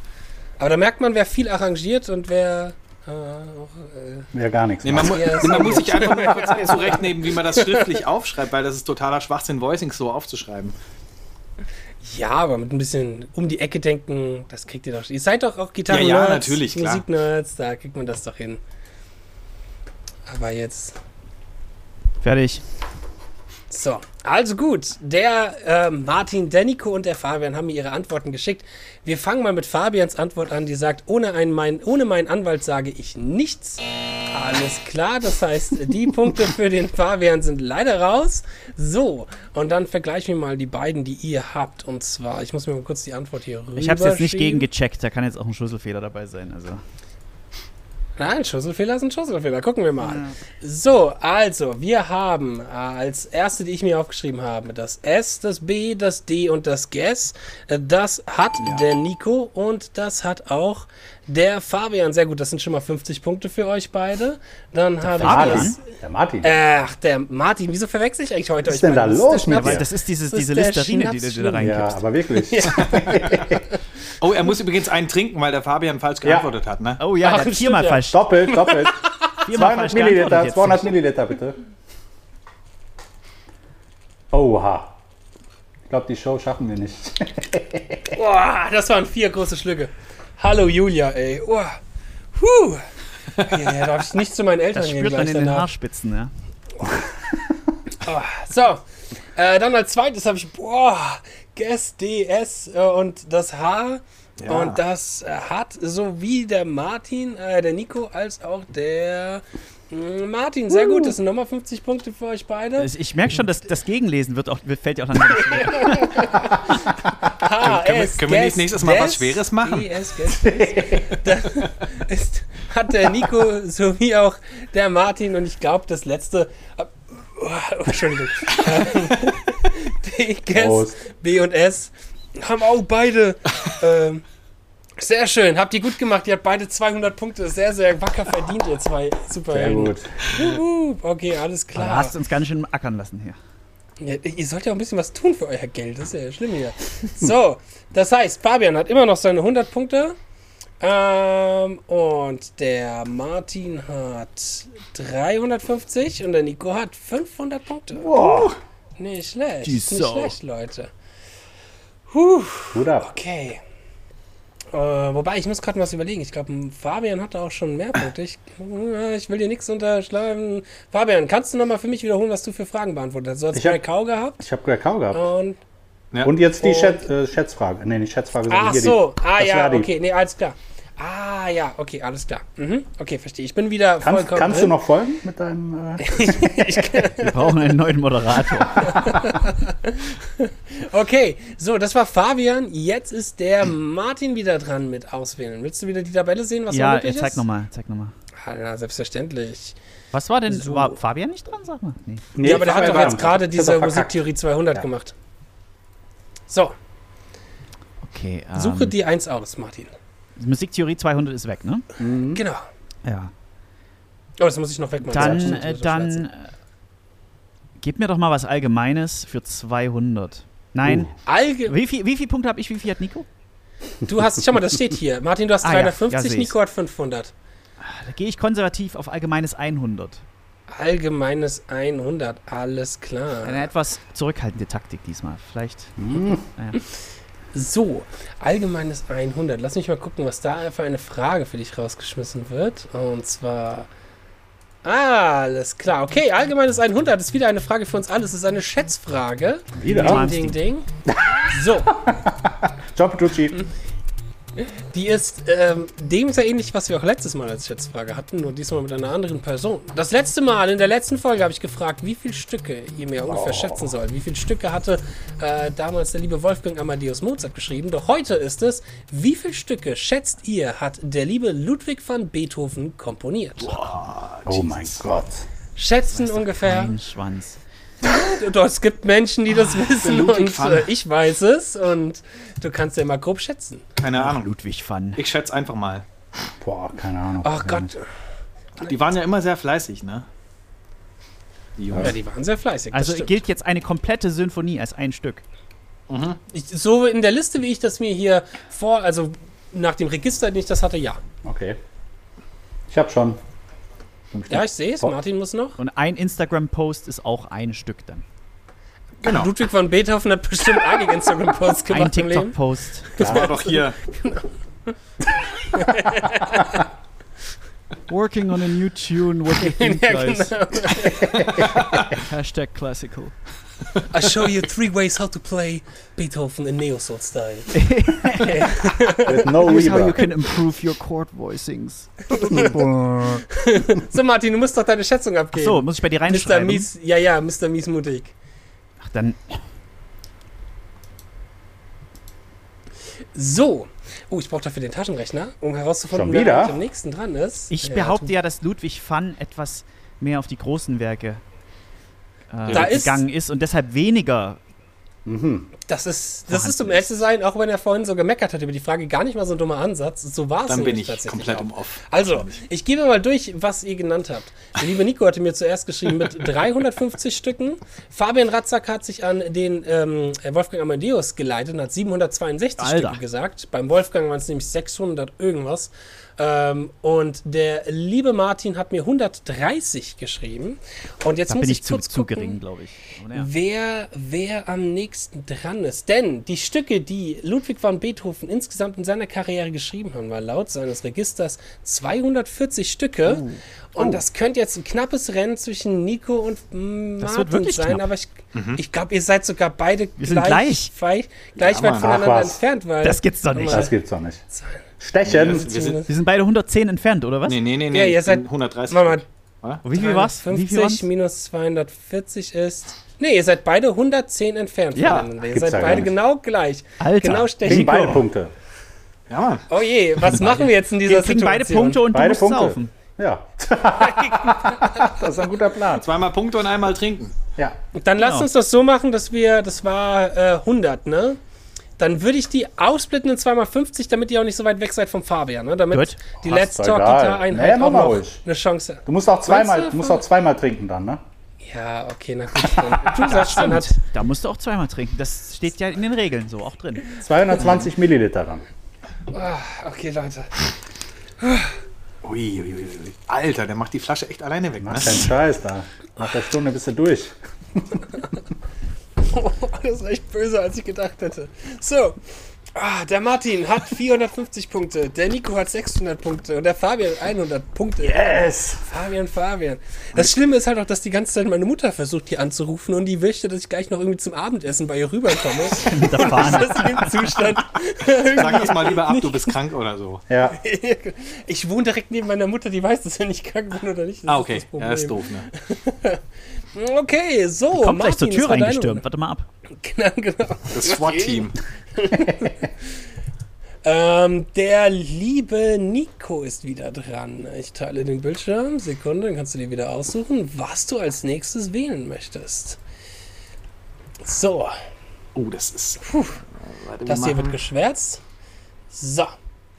Aber da merkt man, wer viel arrangiert und wer äh, auch Ja, gar nichts. Nee, man, mu Ja, nee, man muss sich einfach mal kurz zurechtnehmen, wie man das schriftlich aufschreibt, weil das ist totaler Schwachsinn, Voicings so aufzuschreiben. Ja, aber mit ein bisschen um die Ecke denken, das kriegt ihr doch. Ihr seid doch auch Gitarren Ja, ja, natürlich, klar. Musiknerds, da kriegt man das doch hin. Aber jetzt. Fertig. So, also gut. Der äh, Martin Denico und der Fabian haben mir ihre Antworten geschickt. Wir fangen mal mit Fabians Antwort an, die sagt: Ohne, einen, mein, ohne meinen Anwalt sage ich nichts. Alles klar, das heißt, die Punkte für den Fabian sind leider raus. So, und dann vergleichen wir mal die beiden, die ihr habt. Und zwar, ich muss mir mal kurz die Antwort hier rüber. Ich habe es jetzt nicht gegengecheckt, da kann jetzt auch ein Schlüsselfehler dabei sein. Also. Nein, Schusselfehler ist ein Schusselfehler. Gucken wir mal. So, also, wir haben äh, als erste, die ich mir aufgeschrieben habe, das S, das B, E das D und das Guess. Äh, Das hat der Nico und das hat auch Der Fabian, sehr gut, das sind schon mal 50 Punkte für euch beide. Dann habe ich Martin. das. Äh, Der Martin. Ach, der Martin, wieso verwechsel ich eigentlich heute euch Was ist denn da beide? los der mit Schnaps- dir? Weil das ist dieses, Das ist diese der Listerine, die Schnaps- du dir da ja, reinkippst. aber wirklich. Oh, er muss übrigens einen trinken, weil der Fabian falsch geantwortet hat, ne? oh ja, Ach, der hat viermal stimmt, ja. falsch. Doppelt, doppelt. Viermal 200 geantwortet Milliliter, jetzt. 200 Milliliter bitte. Oha. Ich glaube, die Show schaffen wir nicht. Boah, das waren vier große Schlücke. Hallo Julia, ey. Boah. Huh. Ja, ja, darf ich nicht zu meinen Eltern Das gehen spürt man gleich in den danach. Haarspitzen, ja. So, äh, dann als zweites habe ich, boah, Guess DS äh, und das H. Ja. Und das äh, hat sowie der Martin, äh, der Nico, als auch der mh, Martin. Sehr gut, das sind nochmal 50 Punkte für euch beide. Also Ich, ich merke schon, dass das Gegenlesen wird auch, fällt ja auch langsam schwer. H, können wir- S, können wir Ah, nicht Guess, nächstes Mal was Guess, Schweres machen? D, S, Guess, Guess. da ist, hat der Nico sowie auch der Martin und ich glaube, das letzte. Oh, Entschuldigung. Ähm, D, Guess, Prost. B und S haben auch beide. Ähm, sehr schön, habt ihr gut gemacht. Ihr habt beide 200 Punkte sehr, sehr wacker verdient, ihr zwei Sehr Superhelden. gut. Juhu, Okay, alles Du klar. hast uns ganz schön ackern lassen hier. Ja, ihr sollt ja auch ein bisschen was tun für euer Geld. Das ist ja schlimm hier. So, das heißt, Fabian hat immer noch seine 100 Punkte. Ähm, und der Martin hat 350 und der Nico hat 500 Punkte. Boah, Nicht schlecht. Die Nicht Sau. schlecht, Leute. Huh, gut ab. okay. Äh, wobei, ich muss gerade was überlegen. Ich glaube, Fabian hatte auch schon mehr Punkte. Ich, äh, ich will dir nichts unterschlagen. Fabian, kannst du nochmal für mich wiederholen, was du für Fragen beantwortet hast? Du hast Ich hab- Kau gehabt. Ich habe Kakao gehabt. Und Ja. Und jetzt die Und- Schätz, äh, Schätzfrage. Nee, nicht Schätzfrage, sondern Oh. ach hier so, die. ah das ja, war die. okay, nee, alles klar. Ah ja, okay, alles klar. Mhm. Okay, verstehe. Ich bin wieder Kannst, vollkommen kannst du drin. noch folgen mit deinem. Äh, Wir brauchen einen neuen Moderator. Okay, so, das war Fabian. Jetzt ist der Martin wieder dran mit Auswählen. Willst du wieder die Tabelle sehen, was ja, noch jetzt möglich zeig ist? nochmal, zeig nochmal. Ah, na, selbstverständlich. Was war denn, So. war Fabian nicht dran, sag mal? Nee. nee, ja, aber der hat Fabian doch war jetzt am- gerade hat er diese verkackt. Musiktheorie 200 Ja. gemacht. So, Okay, ähm, suche die 1 aus, Martin. Musiktheorie 200 ist weg, ne? Mhm. Genau. Ja. Oh, das muss ich noch wegmachen. Dann, Das äh, muss ich dann, schwärzen. äh, gib mir doch mal was Allgemeines für 200. Nein, Oh. Allge wie viel, wie viel Punkte habe ich, wie viel hat Nico? du hast, schau mal, das steht hier. Martin, du hast Ah, ja. Ja, 350, seh ich. Nico hat 500. Da gehe ich konservativ auf Allgemeines 100. Allgemeines 100, alles Eine klar. etwas zurückhaltende Taktik diesmal. Vielleicht. So, allgemeines 100. Lass mich mal gucken, was da für eine Frage für dich rausgeschmissen wird. Und zwar. Ah, alles klar. Okay, allgemeines 100 ist wieder eine Frage für uns alle. Es ist eine Schätzfrage. Wieder. Mann. Ding, ding, ding. So, Job Ducci. Mhm. die ist ähm, dem sehr ähnlich, was wir auch letztes Mal als Schätzfrage hatten, nur diesmal mit einer anderen Person. Das letzte Mal, in der letzten Folge, habe ich gefragt, wie viele Stücke ihr mir ungefähr schätzen sollt. Wie viele Stücke hatte äh, damals der liebe Wolfgang Amadeus Mozart geschrieben? Doch heute ist es, wie viele Stücke schätzt ihr, hat der liebe Ludwig van Beethoven komponiert? Oh mein Gott. Schätzen ungefähr. Ein Schwanz. Doch, es gibt Menschen, die das wissen Ludwig und van. äh, ich weiß es. Und du kannst ja mal grob schätzen. Keine Ahnung. Ludwig van. Ich schätze einfach mal. Boah, keine Ahnung. Oh Gott. Die waren ja immer sehr fleißig, ne? Die Jungs. Ja, die waren sehr fleißig. das Also stimmt. gilt jetzt eine komplette Sinfonie als ein Stück. Ich, so in der Liste, wie ich das mir hier vor, also nach dem Register, den ich das hatte, ja. Okay. Ich habe schon. Ja, ich sehe es. Oh. Martin muss noch. Und ein Instagram-Post ist auch ein Stück dann. Genau. Ludwig van Beethoven hat bestimmt einige Instagram-Posts Ein gemacht im Leben. TikTok-Post. Das war doch hier. Working on a new tune, what you think, Ja, guys. genau. Hashtag classical. I show you three ways how to play Beethoven in Neosol style. With Oh, no Here's how you Reaper. can improve your chord voicings. So, Martin, du musst doch deine Schätzung abgeben. So, muss ich bei dir Mr. reinschreiben? Mies, ja, ja, Mr. Miesmutig. Ach, dann So. Oh, ich brauche dafür den Taschenrechner, um herauszufinden, Schon wer wieder? eigentlich am nächsten dran ist. Ich Ja, behaupte tu- ja, dass Ludwig van etwas mehr auf die großen Werke äh, Da ist- gegangen ist und deshalb weniger Das ist, das ist um ehrlich zu sein, auch wenn er vorhin so gemeckert hat über die Frage, gar nicht mal so ein dummer Ansatz. So war es Dann nämlich bin ich komplett auch. im Off. Also, ich gebe mal durch, was ihr genannt habt. Der liebe Nico hatte mir zuerst geschrieben mit 350 Stücken. Fabian Ratzak hat sich an den ähm, Wolfgang Amadeus geleitet und hat 762 Alter. Stücke gesagt. Beim Wolfgang waren es nämlich 600 irgendwas. Ähm, und der liebe Martin hat mir 130 geschrieben. Und jetzt Da muss bin ich ich zu, kurz zu gucken, gering, glaube ich. Aber naja. Wer, wer am nächsten dran ist. Denn die Stücke, die Ludwig van Beethoven insgesamt in seiner Karriere geschrieben haben, war laut seines Registers 240 Stücke. Und das könnte jetzt ein knappes Rennen zwischen Nico und Oh. Das wird Martin wirklich sein. knapp. Mhm. Aber ich, ich glaube, ihr seid sogar beide Wir sind gleich. weit, gleich Mann. weit voneinander Ach was. entfernt. Weil, Das gibt's doch nicht. Guck Das mal, gibt's doch nicht. Stechen! Wir sind, Wir sind beide 110 entfernt, oder was? nee, nee, nee, nee. Ja, ihr ich seid- bin 130. warte mal, Oder? Wie viel war's? Wie 50 viel waren's? minus 240 ist. Nee, ihr seid beide 110 entfernt Ja. voneinander. Ihr Gibt's seid ja gar beide nicht. genau gleich. Alter. Genau Kriegen stechend. beide Punkte. Ja, Mann. Oh je, was machen wir jetzt in dieser Wir kriegen beide Situation? Punkte und du Beide musst Punkte. saufen. Ja. das ist ein guter Plan. Zweimal Punkte und einmal trinken. Ja. Dann lasst Genau. uns das so machen, dass wir, das war äh, 100, ne? Dann würde ich die aufsplitten in 2x50, damit ihr auch nicht so weit weg seid vom Fabian, ne? Damit Gut. die letzte doch egal. Nee, Tortita-Einheit mach auch mal noch ruhig. eine Chance hat. Du musst auch Meinst zweimal, du, du musst auch zweimal trinken dann, ne? Ja, okay, na gut. Dann, du sagst, dann hat, Da musst du auch zweimal trinken. Das steht ja in den Regeln so auch drin. 220 Milliliter dann. okay, Leute. Ui, ui, ui, ui. Alter, der macht die Flasche echt alleine weg. Ne? Mach keinen Scheiß da. Nach der Stunde bist du durch. Oh, das war echt böse, als ich gedacht hätte. So. Ah, der Martin hat 450 Punkte, der Nico hat 600 Punkte und der Fabian 100 Punkte. Yes! Fabian, Fabian. Das Schlimme ist halt auch, dass die ganze Zeit meine Mutter versucht, hier anzurufen und die möchte, dass ich gleich noch irgendwie zum Abendessen bei ihr rüberkomme. Mit der Fahne. das ist im Zustand. Sag das mal lieber ab, du bist krank oder so. Ja, Ich wohne direkt neben meiner Mutter, die weiß, dass wenn ich krank bin oder nicht. das Ah, ist okay. das Problem. Ja, ist doof, ne? Okay, so. Kommt gleich zur Martin, Tür das war deine reingestürmt. Warte mal ab. Genau, genau. Das SWAT-Team. Ähm, der liebe Nico ist wieder dran. Ich teile den Bildschirm. Sekunde, dann kannst du dir wieder aussuchen, was du als nächstes wählen möchtest. So, Oh, das ist. Warte, wir das hier wird machen- geschwärzt. So,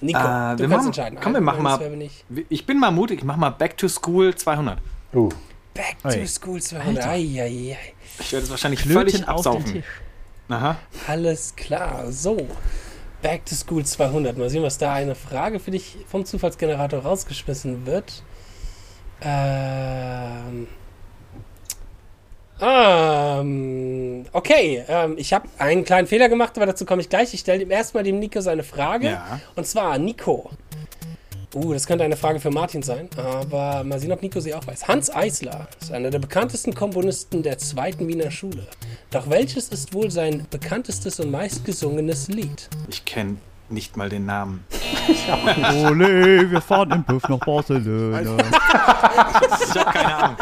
Nico, Äh, du wir kannst machen- entscheiden. komm, wir Ein- machen eins, mal- wer bin ich? Ich bin mal mutig, ich mach mal Back to School 200. du. Back to Ey. School 200. Alter. Eieiei. Ich werde es wahrscheinlich Flöten völlig auf den absaufen. Tisch. Aha. Alles klar. So, Back to School 200. Mal sehen, was da eine Frage für dich vom Zufallsgenerator rausgeschmissen wird. Ähm. Ähm, okay, ähm, ich habe einen kleinen Fehler gemacht, aber dazu komme ich gleich. Ich stelle dem erstmal dem Nico seine Frage. Ja. Und zwar, Nico. Uh, das könnte eine Frage für Martin sein, aber mal sehen, ob Nico sie auch weiß. Hans Eisler ist einer der bekanntesten Komponisten der zweiten Wiener Schule. Doch welches ist wohl sein bekanntestes und meistgesungenes Lied? Ich kenne nicht mal den Namen. Ole, wir fahren im Puff nach Also, Barcelona. Ich habe keine Ahnung.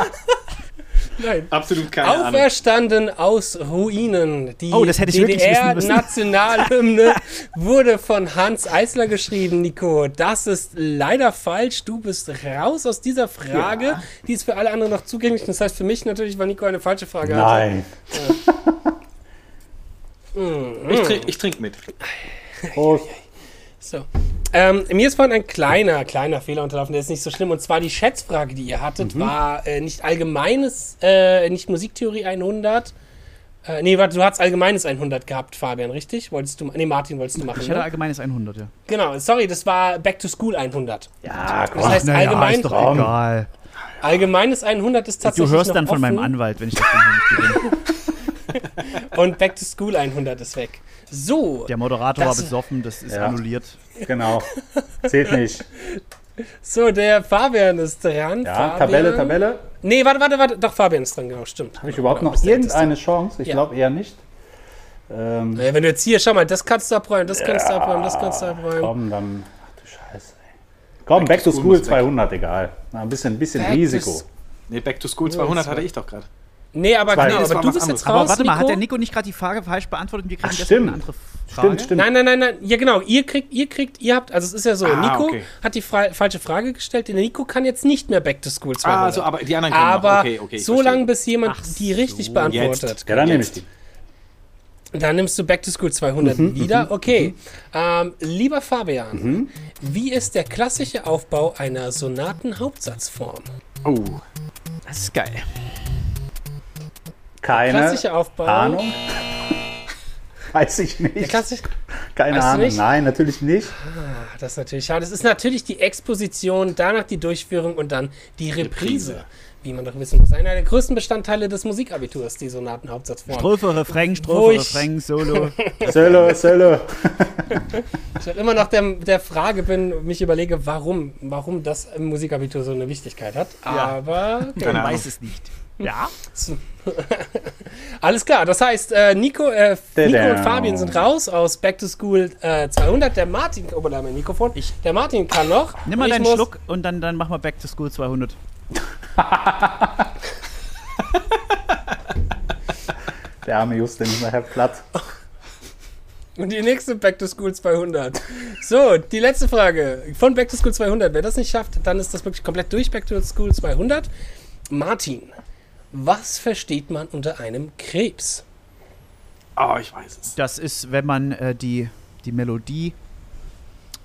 Nein. Absolut keine Ahnung. Auferstanden aus Ruinen. Die Oh, das hätte ich wirklich wissen müssen. DDR-Nationalhymne wurde von Hans Eisler geschrieben, Nico. Das ist leider falsch. Du bist raus aus dieser Frage. Die ist für alle anderen noch zugänglich. Das heißt für mich natürlich, weil Nico eine falsche Frage hatte. Nein. Ich trinke ich trink mit. Prost. So. Ähm, mir ist vorhin ein kleiner, kleiner Fehler unterlaufen, der ist nicht so schlimm. Und zwar die Schätzfrage, die ihr hattet, Mhm. war äh, nicht allgemeines, äh, nicht Musiktheorie 100. Äh, nee, warte, du hattest allgemeines 100 gehabt, Fabian, richtig? Wolltest du, nee, Martin wolltest du machen. Ich hatte Ne? allgemeines 100, ja. Genau, sorry, das war Back to School 100. Ja, komm. Das heißt, naja, allgemein, ist doch Komm. egal. allgemeines 100 ist Du tatsächlich. hörst noch dann von offen meinem Anwalt, wenn ich das Ding nicht gewinne. Und Back to School 100 ist weg. So, Der Moderator Das- war besoffen, das ist Ja. annulliert. Genau. Zählt nicht. so, der Fabian ist dran. Ja, Fabian. Tabelle, Tabelle. Nee, warte, warte, warte. Doch, Fabian ist dran, genau, stimmt. Habe ich überhaupt Genau, noch bist der Älteste. irgendeine Chance? Ich Ja. glaube eher nicht. Ähm, Naja, Äh, wenn du jetzt hier, schau mal, das kannst du abräumen, das kannst du abräumen, das kannst du abräumen. komm, dann. Ach du Scheiße, ey. Komm, Back to School muss weg. 200, egal. Na, ein bisschen, ein bisschen Back to Risiko. School. Nee, Back to School 200 hatte ich doch gerade. Nee, aber Zwei. genau, Nee, das aber war du was bist jetzt anderes. raus. Aber warte mal, hat der Nico? Nico nicht gerade die Frage falsch beantwortet und wir kriegen Ach, deswegen eine stimmt. andere Frage? Stimmt, stimmt. Nein, nein, nein, nein. Ja, genau. Ihr kriegt, ihr kriegt, ihr habt, also es ist ja so, Ah, Nico okay. hat die fra falsche Frage gestellt. Der Nico kann jetzt nicht mehr Back to School 200. Ah, so, aber die anderen können noch. aber Okay, okay. ich so verstehe. lange, bis jemand Ach die richtig so, beantwortet. jetzt. Ja, dann nehme ich Jetzt. die. Dann nimmst du Back to School 200 Mhm, wieder. Okay. Ähm, lieber Fabian, wie ist der klassische Aufbau einer Sonatenhauptsatzform? Oh, Das ist geil. Keine Klassischer Aufbau. Ahnung. Weiß ich Der nicht. klassische, Keine weißt du Ahnung. nicht? Nein, natürlich nicht. Ach, das ist natürlich schade. Das ist natürlich die Exposition, danach die Durchführung und dann die Reprise. Reprise. Wie man doch wissen muss. Einer der größten Bestandteile des Musikabiturs, die Sonatenhauptsatzform. Strophe, Refrain, Wo Strophe, ich- Refrain, Solo. Sölle, Sölle. Ich immer noch der, der Frage bin, mich überlege, warum, warum das im Musikabitur so eine Wichtigkeit hat. Aber keine Ahnung. es nicht. Ja? Alles klar, das heißt, äh, Nico, äh, Nico Tada. und Fabian sind raus aus Back to School äh, 200. Der Martin, oh, da mein Mikrofon. Ich- der Martin kann noch. Nimm mal Ich deinen muss- Schluck und dann, dann mach mal Back to School 200. Der arme Justin ist nachher platt. Und die nächste Back to School 200. So, die letzte Frage von Back to School 200. Wer das nicht schafft, dann ist das wirklich komplett durch Back to School 200. Martin, was versteht man unter einem Krebs? oh, ich weiß es. Das ist, wenn man äh, die, die Melodie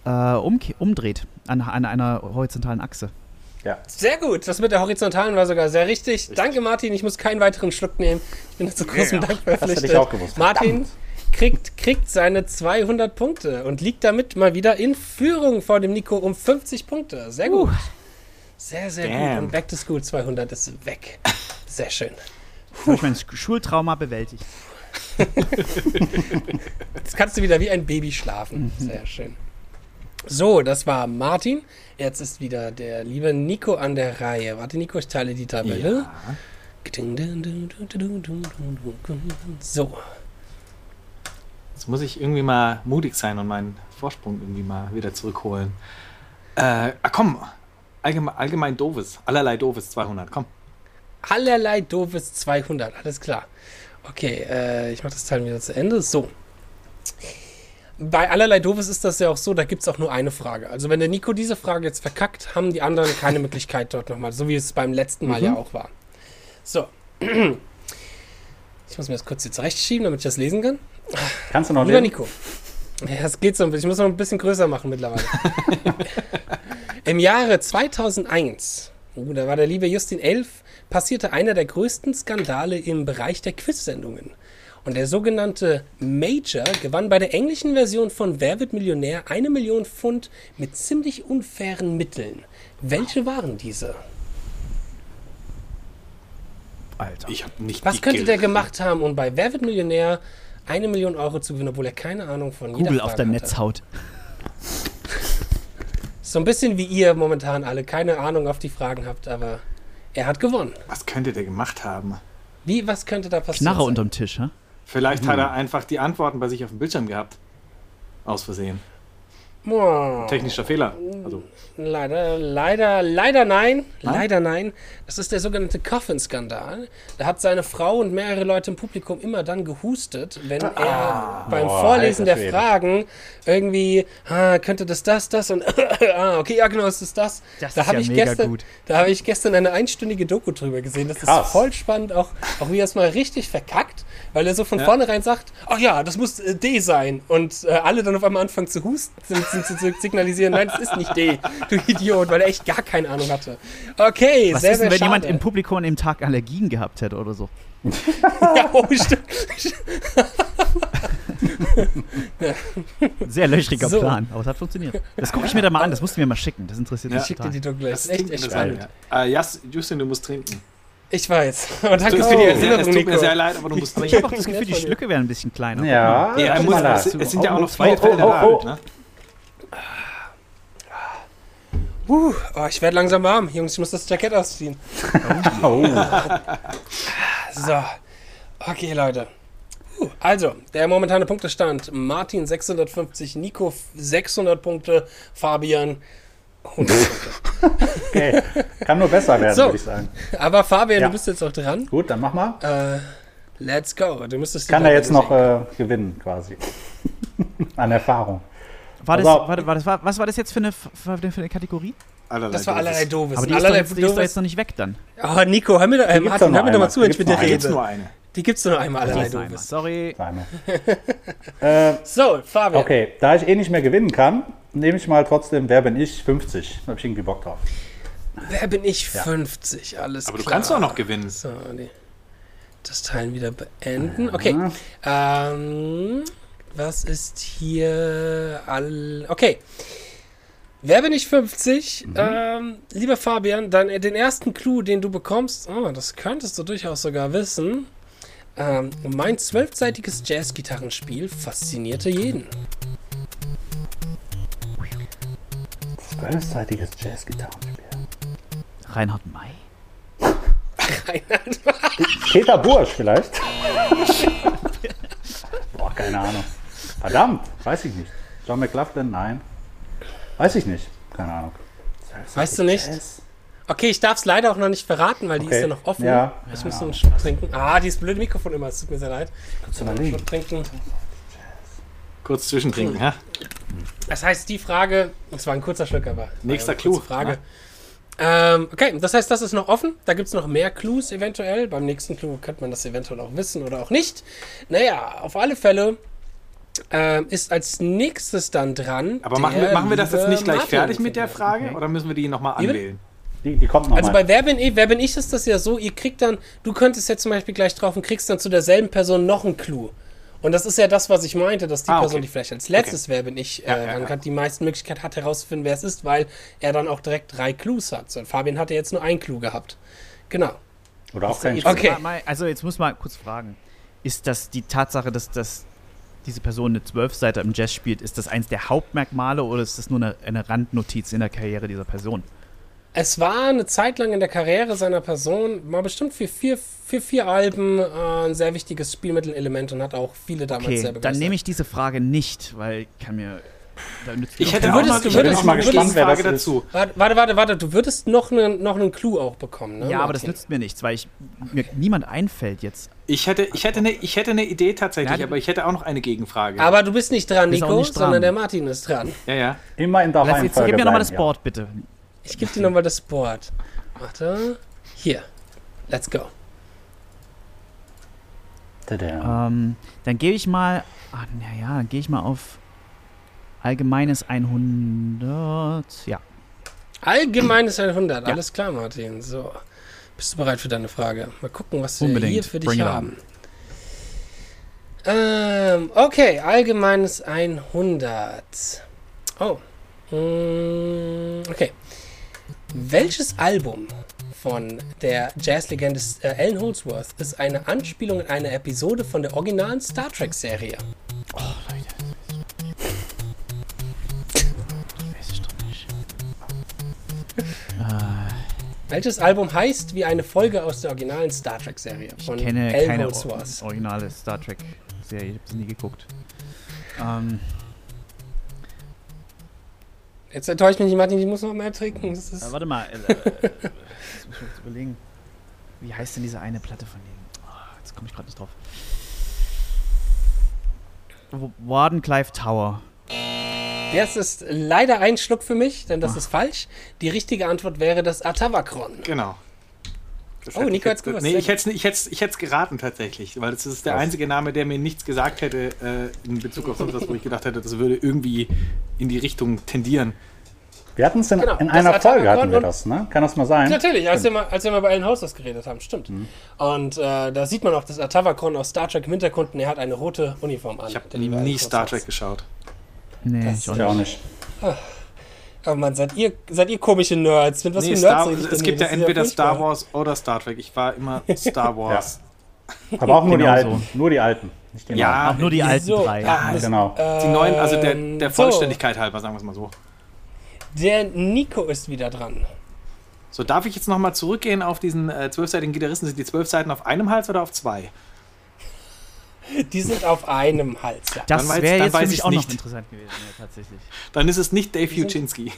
äh, umke- umdreht an, an einer horizontalen Achse. Ja. Sehr gut, das mit der horizontalen war sogar sehr richtig. Danke, Martin. Ich muss keinen weiteren Schluck nehmen. Ich bin zu großem Dank verpflichtet. ich auch gewusst. Martin kriegt, kriegt seine 200 Punkte und liegt damit mal wieder in Führung vor dem Nico um 50 Punkte. Sehr gut. Sehr, sehr Damn. gut. Und Back to School 200 ist weg. Sehr schön. Habe ich mein Sch- Schultrauma bewältigt. Jetzt kannst du wieder wie ein Baby schlafen. Sehr schön. So, das war Martin. Jetzt ist wieder der liebe Nico an der Reihe. Warte, Nico, ich teile die Tabelle. Ah, Ding, ding, ding, ding, ding, ding, ding, ding. So, Jetzt muss ich irgendwie mal mutig sein und meinen Vorsprung irgendwie mal wieder zurückholen. Äh, ah, komm, allgemein, allgemein doofes, allerlei doofes 200, komm. allerlei doofes 200, alles klar. Okay, äh, ich mache das Teil wieder zu Ende. So. Bei allerlei doofes ist das ja auch so, da gibt es auch nur eine Frage. Also wenn der Nico diese Frage jetzt verkackt, haben die anderen keine Möglichkeit dort nochmal, so wie es beim letzten Mal ja auch war. So. Ich muss mir das kurz hier zurechtschieben, damit ich das lesen kann. Kannst du noch Lieber leben? Nico. Ja, das geht so ein bisschen. Ich muss noch ein bisschen größer machen mittlerweile. Im Jahre 2001, uh, da war der liebe Justin Elf, passierte einer der größten Skandale im Bereich der Quiz-Sendungen. Und der sogenannte Major gewann bei der englischen Version von Wer wird Millionär eine Million Pfund mit ziemlich unfairen Mitteln. Welche waren diese? Alter. Ich hab nicht Was die könnte Gil- der gemacht haben, um bei Wer wird Millionär eine Million Euro zu gewinnen, obwohl er keine Ahnung von jeder Google Frage auf dein hatte? Netz haut. So ein bisschen wie ihr momentan alle keine Ahnung auf die Fragen habt, aber er hat gewonnen. Was könnte der gemacht haben? Wie, was könnte da passieren? Knarre unterm Tisch, hä? Vielleicht hat er einfach die Antworten bei sich auf dem Bildschirm gehabt. Aus Versehen. Wow. Technischer Fehler. Oh. Also, Leider, leider, leider nein. Leider nein. Das ist der sogenannte Coffin-Skandal. Da hat seine Frau und mehrere Leute im Publikum immer dann gehustet, wenn er beim Ah, Boah, Vorlesen alter der Schwede. Fragen irgendwie, ah, könnte das das, das und ah, okay, ja genau, es ist das. Das da ist habe ja ich mega gestern, gut. Da habe ich gestern eine einstündige Doku drüber gesehen. Das ist Krass. voll spannend, auch, auch wie er es mal richtig verkackt, weil er so von vornherein sagt, ach ja, das muss äh, D sein. Und äh, alle dann auf einmal anfangen zu husten, zu, zu, zu signalisieren, nein, das ist nicht D, du Idiot, weil er echt gar keine Ahnung hatte. Okay, Was sehr, ist denn, sehr wenn schade. jemand im Publikum an dem Tag Allergien gehabt hätte oder so? ja, oh, stimmt. Sehr löchriger So. Plan, aber es hat funktioniert. Das gucke ich mir da mal an, das musst du mir mal schicken, das interessiert Ja. mich Ich schick dir total. die Doku gleich. Das ist echt, klingt echt interessant, spannend. ja. Äh, Jas, Justin, du musst trinken. Ich weiß. Und danke Es für die tut mir sehr- es Erinnerung, tut mir Nico. sehr leid, aber du musst Aber ich habe trinken. auch das Gefühl, die Nett von dir. Schlücke wären ein bisschen kleiner. Ja, Ja, er guck muss, mal da. es, es sind ja auch noch Oh, zwei oh, Fälle da. oh, oh. Ne? Puh, oh, ich werde langsam warm. Jungs, ich muss das Jackett ausziehen. Oh. So. Okay, Leute. Puh, Also, der momentane Punktestand: Martin 650, Nico 600 Punkte, Fabian 100 Punkte. Okay. Kann nur besser werden, So. würde ich sagen. Aber Fabian, Ja. du bist jetzt auch dran. Gut, dann mach mal. Äh, let's go. Du müsstest die Kann er Frage jetzt noch sehen. äh, gewinnen, quasi. An Erfahrung. War das, Pass auf. war, war das, war, was war das jetzt für eine, für eine, für eine Kategorie? Allerlei Das war Doofes. allerlei doofes. Aber die ist, doch allerlei jetzt, die ist doch doofes. jetzt noch nicht weg dann. Oh, Nico, hör mir, doch- äh, gibt's Martin, doch hör mir doch mal noch einmal. zu, wenn ich Die mit dir gibt's Da gibt's rede. Ah, nur eine. Die gibt's nur einmal, allerlei Nein, Mann, Doofes. Sorry. Dreimal. äh, So, Fabian. okay, da ich eh nicht mehr gewinnen kann, nehme ich mal trotzdem, wer bin ich? 50. Da habe ich irgendwie Bock drauf. Wer bin ich? Ja. 50, alles Aber du klar. kannst doch noch gewinnen. So, nee. Das Teilen wieder beenden. Okay. Ähm, was ist hier all. Okay. Wer bin ich 50? Ähm, lieber Fabian, dann äh, den ersten Clou, den du bekommst, oh, das könntest du durchaus sogar wissen. Ähm, mein zwölfseitiges Jazzgitarrenspiel faszinierte jeden. Zwölfseitiges Jazzgitarrenspiel. Reinhard May. Peter Bursch vielleicht? Boah, keine Ahnung. Verdammt, weiß ich nicht. John McLaughlin, nein. Weiß ich nicht. Keine Ahnung. Weißt du nicht? Jazz? Okay, ich darf es leider auch noch nicht verraten, weil die Okay. ist ja noch offen. Ja. Ich muss noch einen Schluck trinken. Ah, dieses blöde Mikrofon immer, es tut mir sehr leid. Kurz Einen überlegen. Schluck trinken. Kurz zwischentrinken, Hm. ja? Das heißt, die Frage, es war ein kurzer Schluck, aber. Nächster war eine kurze Clou, Frage. ne? Ähm, okay, das heißt, das ist noch offen. Da gibt es noch mehr Clues eventuell. Beim nächsten Clou könnte man das eventuell auch wissen oder auch nicht. Naja, auf alle Fälle ähm, ist als nächstes dann dran. Aber machen wir, der machen wir das jetzt liebe nicht gleich äh, Martin. Mhm. fertig mit der Frage oder müssen wir die nochmal Wie bitte? anwählen? Die, die kommt Also bei nochmal. Wer bin ich, Wer bin ich ist das ja so, ihr kriegt dann, du könntest jetzt zum Beispiel gleich drauf und kriegst dann zu derselben Person noch einen Clou. Und das ist ja das, was ich meinte, dass die Ah, okay. Person, die vielleicht als letztes Wer bin ich, Ja, äh, ja, dann ja. hat die meisten Möglichkeit hat herauszufinden, wer es ist, weil er dann auch direkt drei Clues hat. So, Fabian hatte jetzt nur einen Clou gehabt. Genau. Oder auch kein Jetzt Okay. mal- mal- Also jetzt muss man kurz fragen. Ist das die Tatsache, dass, dass diese Person eine Zwölfseiter im Jazz spielt, ist das eins der Hauptmerkmale oder ist das nur eine, eine Randnotiz in der Karriere dieser Person? Es war eine Zeit lang in der Karriere seiner Person, war bestimmt für vier, für vier Alben äh, ein sehr wichtiges Spielmittelelement und hat auch viele damals Okay, sehr dann nehme ich diese Frage nicht, weil kann mir. Da nützt mir Ich auch hätte keine auch würdest- noch, du ich hätte würdest- auch noch eine du würdest- Gegenfrage wer das ist. dazu. Warte, warte, warte, warte, du würdest noch einen noch einen Clou auch bekommen, ne? Ja, aber das Martin? nützt mir nichts, weil ich, mir niemand einfällt jetzt. Ich hätte, ich, hätte eine, ich hätte eine Idee tatsächlich, Ja, aber ich hätte auch noch eine Gegenfrage. Aber du bist nicht dran, Bist auch Nico, nicht dran. sondern der Martin ist dran. ja, ja. Immer in der Lass, jetzt Reihenfolge gib mir nochmal das bleiben, Board, bitte. Ich gebe dir nochmal das Board. Warte. Hier. Let's go. Ja. Tada. Ähm, dann gehe ich mal. Ah, naja, dann gehe ich mal auf allgemeines 100. Ja. Allgemeines 100. Ja. Alles klar, Martin. So. Bist du bereit für deine Frage? Mal gucken, was wir Unbedingt. hier für dich Bring it on. haben. Ähm, okay. Allgemeines 100. Oh. Mm, okay. Welches Album von der Jazzlegende äh, Alan Holdsworth ist eine Anspielung in eine Episode von der originalen Star Trek-Serie? Weiß ich doch nicht. Äh, Welches Album heißt wie eine Folge aus der originalen Star Trek-Serie von Ich kenne Al keine Holdsworth? or originale Star Trek-Serie. Ich habe sie nie geguckt. Ähm, Jetzt enttäuscht mich nicht, Martin, ich muss noch mehr trinken. Das äh, ist warte mal. Äh, äh, jetzt muss ich kurz überlegen. Wie heißt denn diese eine Platte von denen? Ah, jetzt komme ich gerade nicht drauf. W- Wardenclyffe Tower. das ist leider ein Schluck für mich, denn Ah. das ist falsch. Die richtige Antwort wäre das Atavakron. Genau. Das Oh, hätte ich Nico jetzt- hat's gewusst. Nee, ich hätte es ich hätt's, ich hätt's geraten tatsächlich, weil das ist der Krass. einzige Name, der mir nichts gesagt hätte äh, in Bezug auf etwas, wo ich gedacht hätte, das würde irgendwie in die Richtung tendieren. Wir hatten es in, genau, in das einer hat Folge Attack on hatten wir und- das, ne? Kann das mal sein? Natürlich, als wir, mal, als wir mal bei Alan Holdsworth geredet haben, stimmt. Mhm. Und äh, da sieht man auch das Atavakron aus Star Trek im Hintergrund und er hat eine rote Uniform an. Ich habe der liebe Alan nie Star Trek Holdsworth. geschaut. Nee, Das- ich auch Ich nicht. auch nicht. Oh Mann, seid ihr, seid ihr komische Nerds? Mit was Nee, für Nerds Star, rede ich denn es hier? gibt ja Das ist entweder furchtbar. Star Wars oder Star Trek. Ich war immer Star Wars. Aber auch nur die Genau alten. Nur die alten. Nicht die neuen. Auch nur die alten So, drei. ah, Ja, das- Genau. die neuen, also der, der Ähm, so. Vollständigkeit halber, sagen wir es mal so. Der Nico ist wieder dran. So, darf ich jetzt nochmal zurückgehen auf diesen äh, zwölfseitigen Gitarristen? Sind die zwölf Seiten auf einem Hals oder auf zwei? Die sind auf einem Hals. Ja. Das Dann weiß- wäre dann jetzt für weiß mich ich's auch noch nicht. interessant gewesen, ja, tatsächlich. Dann ist es nicht Dave Huchinski.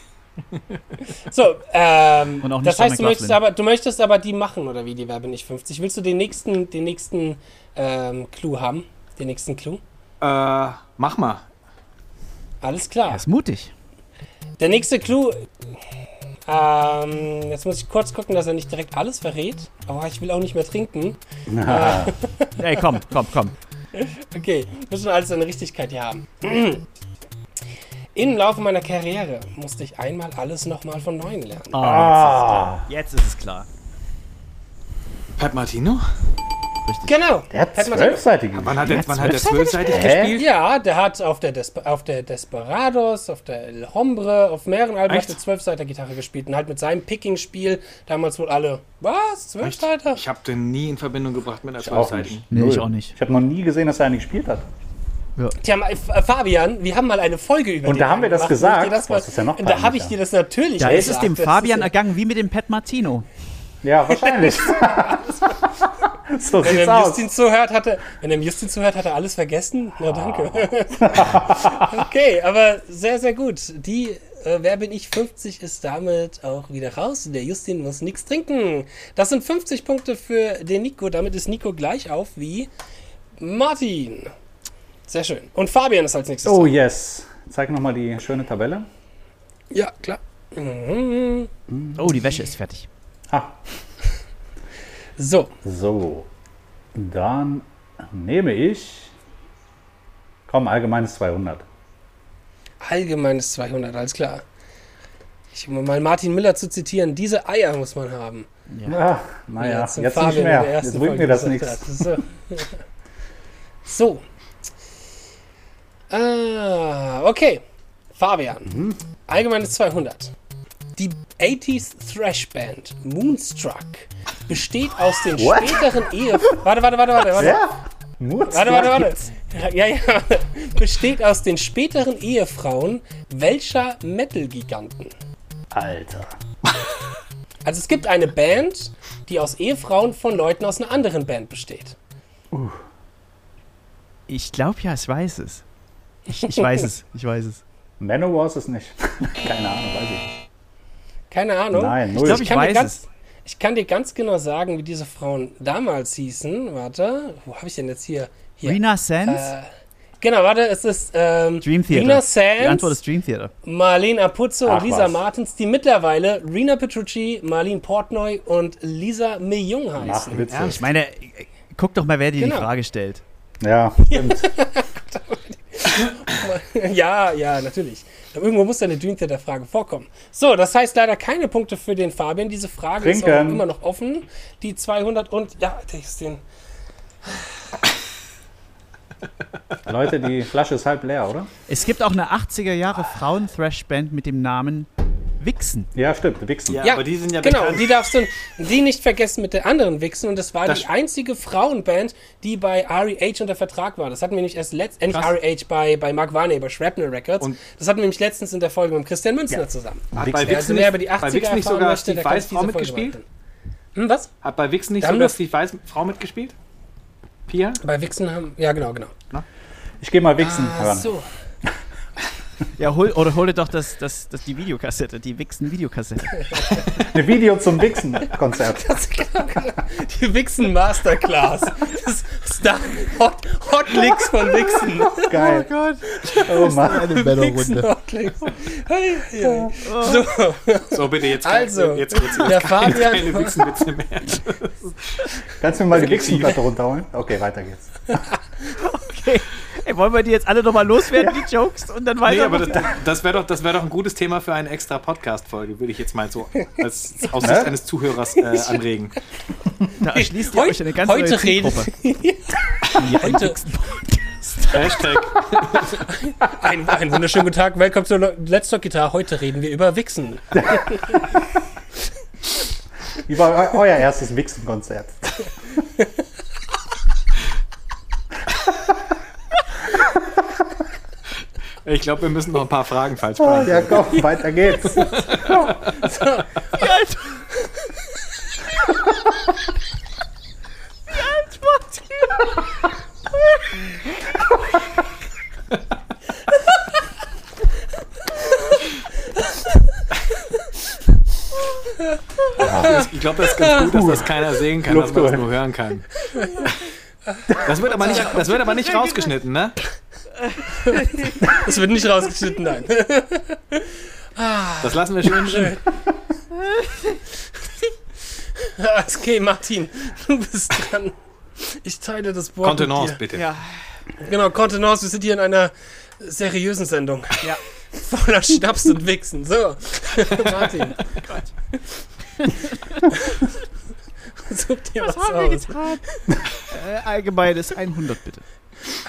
So, ähm, Und auch nicht das Tom heißt, du möchtest, McLaughlin. aber, du möchtest aber die machen, oder wie? Die Werbe nicht 50. Willst du den nächsten, den nächsten ähm, Clou haben? Den nächsten Clou? Äh, mach mal. Alles klar. Er ist mutig. Der nächste Clou Ähm, jetzt muss ich kurz gucken, dass er nicht direkt alles verrät. Aber ich will auch nicht mehr trinken. Na, Ey, komm, komm, komm. Okay, müssen wir alles seine Richtigkeit hier haben. Im Laufe meiner Karriere musste ich einmal alles nochmal von neuem Oh. lernen. ah, Jetzt ist es klar. Pat Martino? Genau. der hat Hätte man sagen- zwölfseitige. Wann hat er, Ja, wann hat er zwölfseitig Hä? gespielt? Ja, der hat auf der, Desper auf der Desperados, auf der El Hombre, auf mehreren Alben Echt? hat er Zwölfseiter Gitarre gespielt und halt mit seinem Picking-Spiel damals wohl alle, was, Zwölfseiter? Ich habe den nie in Verbindung gebracht mit einer Auch zwölfseitigen. nicht. Nee, Null. ich auch nicht. Ich habe noch nie gesehen, dass er einen gespielt hat. Tja, mal, äh, Fabian, wir haben mal eine Folge über Und da den haben wir das gemacht, wo ich gesagt. dir Das mal, Das ist ja noch da habe ich peinlicher. dir das natürlich Da ist es gesagt. dem Das ist Fabian ja- ergangen wie mit dem Pat Martino. Ja, wahrscheinlich. so Wenn sieht's er aus. Justin zuhört, hat er, wenn er Justin zuhört, hat er alles vergessen. Na danke. okay, aber sehr, sehr gut. Die äh, Wer bin ich 50 ist damit auch wieder raus. Der Justin muss nichts trinken. Das sind 50 Punkte für den Nico. Damit ist Nico gleich auf wie Martin. Sehr schön. Und Fabian ist als nächstes. Oh dran. yes. Zeig nochmal die schöne Tabelle. Ja, klar. Mhm. Oh, die Wäsche ist fertig. Ah, So, so. Dann nehme ich. Komm, allgemeines 200. allgemeines 200, alles klar. Ich, um mal Martin Miller zu zitieren, diese Eier muss man haben. Ah, naja, zum jetzt Fabian nicht in mehr. der ersten Jetzt bringt Folge mir das gesagt nichts. hat. So. so. Ah, okay. Fabian. Mhm. Allgemeines 200. Die 80s Thrash Band Moonstruck besteht aus den What? späteren Ehe... Warte, warte, warte, warte. warte. Ja? Mut. Warte, warte, warte. Ja, ja. Besteht aus den späteren Ehefrauen welcher Metal-Giganten? Alter. Also es gibt eine Band, die aus Ehefrauen von Leuten aus einer anderen Band besteht. Ich glaube ja, ich weiß es. Ich, ich weiß es, ich weiß es. Manowar ist es nicht. Keine Ahnung, weiß ich nicht. Keine Ahnung. Nein, null. Ich glaube, ich kann dir weiß ganz, es. ich kann dir ganz genau sagen, wie diese Frauen damals hießen. Warte, wo habe ich denn jetzt hier? hier. Rina Sands? Genau, warte, es ist ähm, Dream Theater. Rina Die Antwort Sands, ist Dream Theater. Marlene Apuzzo Ach, und Lisa was. Martens, die mittlerweile Rina Petrucci, Marlene Portnoy und Lisa Mejung heißen. Ach, Witze. Ich meine, äh, guck doch mal, wer dir Genau. die Frage stellt. Ja, stimmt. Ja, ja, natürlich. Irgendwo muss ja eine Dream Theater Frage vorkommen. So, das heißt leider keine Punkte für den Fabian. Diese Frage ist auch Trinken. immer noch offen. Die 200 und ja, der ist den. Leute, die Flasche ist halb leer, oder? Es gibt auch eine 80er Jahre Frauen-Thrash-Band mit dem Namen Wixen. Ja, stimmt. Wichsen. Ja, Ja, aber die sind ja genau. bekannt. Die darfst du die nicht vergessen mit der anderen Wichsen. Und das war Das die st- einzige Frauenband, die bei REH unter Vertrag war. Das hatten wir nämlich erst letztens, nicht Krass. REH E bei, bei Mark Varney, bei Shrapnel Records. Und- das hatten wir nämlich letztens in der Folge mit Christian Münzner zusammen. Hat Wichsen. bei Wer also Wixen mehr über die nicht, bei 80er Wixen nicht erfahren sogar möchte, der Steve kann Weiß sich diese Frau Folge mitgespielt? weiterhin. Hm, was? Hat bei Wixen nicht Dann sogar doch- Steve Weiß Frau mitgespielt? Pia? Bei Wichsen haben. Ja, genau, Hm, genau. Ich gehe mal Wichsen hören. Ah, so. Ja, hol, oder hol dir doch das, das, das, die Videokassette, die Wixen-Videokassette. Ein Video zum Wichsen-Konzert. Die Wixen Masterclass. Das ist da Hot, Hot Licks von Wixen. Geil. Gott. Oh Mann. Eine Wixen Mellow-Runde. Hot Licks. Hey, hey. So, So, bitte, jetzt Also, jetzt geht's der keine Fabian. Wixen-Witze mehr. Kannst du mir mal die Wichsen-Platte runterholen? Okay, weiter geht's. Ey, wollen wir die jetzt alle nochmal loswerden, die Jokes? Und dann weiter? Nee, aber das, das wäre doch, das wär doch ein gutes Thema für eine extra Podcast-Folge, würde ich jetzt mal so als aus Sicht Ne? eines Zuhörers äh, anregen. da erschließt ihr euch eine Heute, ganze neue heute redet. Zielgruppe. heute, Hashtag. ein, ein wunderschönen guten Tag. Willkommen zur Le- Let's Talk Guitar. Heute reden wir über Wichsen. Wie war eu- euer erstes Wichsen-Konzert? Ich glaube, wir müssen noch ein paar Fragen falsch beantworten. Oh. Ja, komm, weiter geht's. Wie alt? Wie alt wart ihr? Ich glaube, das ist ganz gut, dass das keiner sehen kann, dass Luft man das holen. nur hören kann. Das wird aber nicht, das wird aber nicht rausgeschnitten, ne? Das wird nicht rausgeschnitten, nein. Das lassen wir schön drin. Okay, Martin, du bist dran. Ich teile das Wort. Kontenance, mit dir. bitte. Ja, Genau, Kontenance, wir sind hier in einer seriösen Sendung. Ja. Voller Schnaps und Wichsen. So, Martin. Such dir was, aus. getan? äh, allgemeines 100 bitte.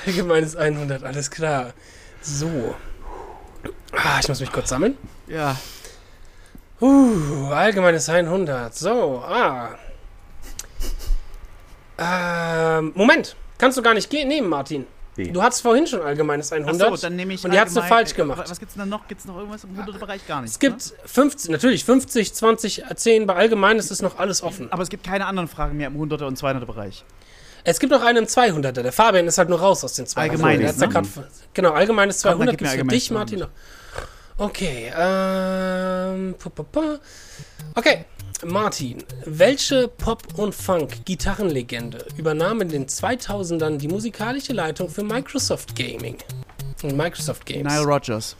Allgemeines 100, alles klar. So. Ah, ich muss mich kurz sammeln. Ja, Uh, allgemeines 100. So, ah. Ähm, Moment, kannst du gar nicht gehen, nehmen, Martin. Wie? Du hattest vorhin schon allgemeines 100. Achso, dann nehme ich. Und die hat's nur allgemein- falsch gemacht. Was gibt's denn da noch? Gibt's noch irgendwas im 100 Bereich gar ne? nicht? es gibt 50, natürlich 50, 20, 10. Bei allgemeines ist noch alles offen. Ne? Aber es gibt keine anderen Fragen mehr im 100er und 200er Bereich. Es gibt noch einen im 200er. Der Fabian ist halt nur raus aus den 200er. Allgemeines, Der hat's ja ne? grad, genau, allgemeines Komm, dann 200 gib mir gibt es für allgemeines dich, Martin. Noch. Okay, ähm. pu- pu- pu. Okay, Martin, welche Pop- und Funk-Gitarrenlegende übernahm in den 2000ern die musikalische Leitung für Microsoft Gaming? Und Microsoft Games. Nile Rodgers.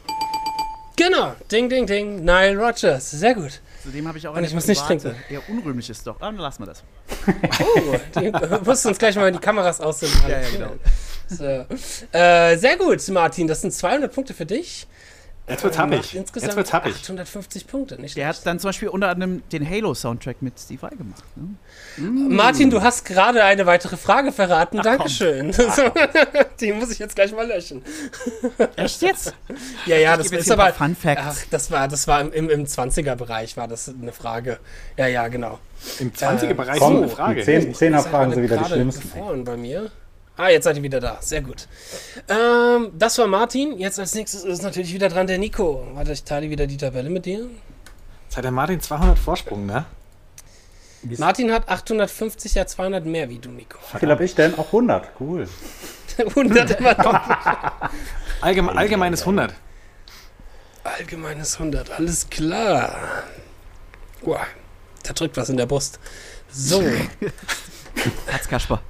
genau, ding, ding, ding. Nile Rogers, sehr gut. Zudem habe ich auch Und eine ich muss nicht private, trinken. eher unrühmliche Story. Ah, dann lassen wir das. Oh, die, äh, musst uns gleich mal die Kameras aussehen. Ja, ja, genau. So. Äh, sehr gut, Martin, das sind 200 Punkte für dich. Jetzt wird's happig. Macht Insgesamt Jetzt wird's happig. 850 Punkte, nicht? Der hat dann zum Beispiel unter anderem den Halo-Soundtrack mit Steve Vai gemacht. Ne? Martin, du hast gerade eine weitere Frage verraten. Dankeschön. die muss ich jetzt gleich mal löschen. Echt jetzt? Ja, ja, das gebe jetzt ist hier ein aber. paar Fun Ach, Facts. das war, das war im, im, im 20er-Bereich, war das eine Frage. Ja, ja, genau. Im 20er-Bereich so Komm, eine die Frage. Zehn, Zehnerfragen Seid alle sind wieder die gerade schlimmsten. gefroren bei mir. Ah, jetzt seid ihr wieder da. Sehr gut. Ähm, das war Martin. Jetzt als nächstes ist natürlich wieder dran der Nico. Warte, ich teile wieder die Tabelle mit dir. Jetzt hat der Martin 200 Vorsprung, ne? Martin hat 850, ja 200 mehr wie du, Nico. Wie viel habe ich denn? Auch 100. Cool. 100 immer noch. Allgeme allgemeines 100. Allgemeines 100, alles klar. Uah, da drückt was in der Brust. So, Hat's Kasper.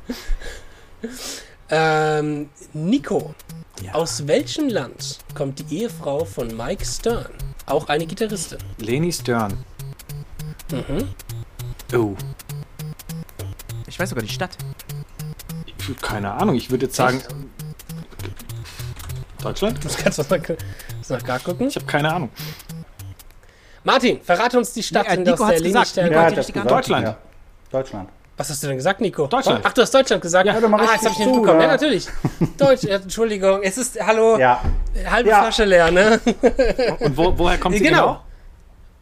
ähm, Nico, Ja. aus welchem Land kommt die Ehefrau von Mike Stern? Auch eine Gitarristin. Leni Stern. Mhm. Oh. Ich weiß sogar die Stadt. Ich- Keine Ahnung, ich würde jetzt sagen. Deutschland? Das kannst du mal das nach gar gucken. Ich habe keine Ahnung. Martin, verrate uns die Stadt, Nee, äh, in der Nico aus der hat's Leni gesagt. Stern Nico kommt. hat- ich die hab's richtige gesagt. Deutschland. Ja. Deutschland. Was hast du denn gesagt, Nico? Deutschland. Ach, du hast Deutschland gesagt. Ja, hör doch mal ah, jetzt richtig habe ich nicht zu, mitbekommen. Ja, ja. natürlich. Deutsch, äh, Entschuldigung. Es ist, hallo, Ja, halbe Ja. Flasche leer, ne? Und wo, woher kommt sie Genau. genau?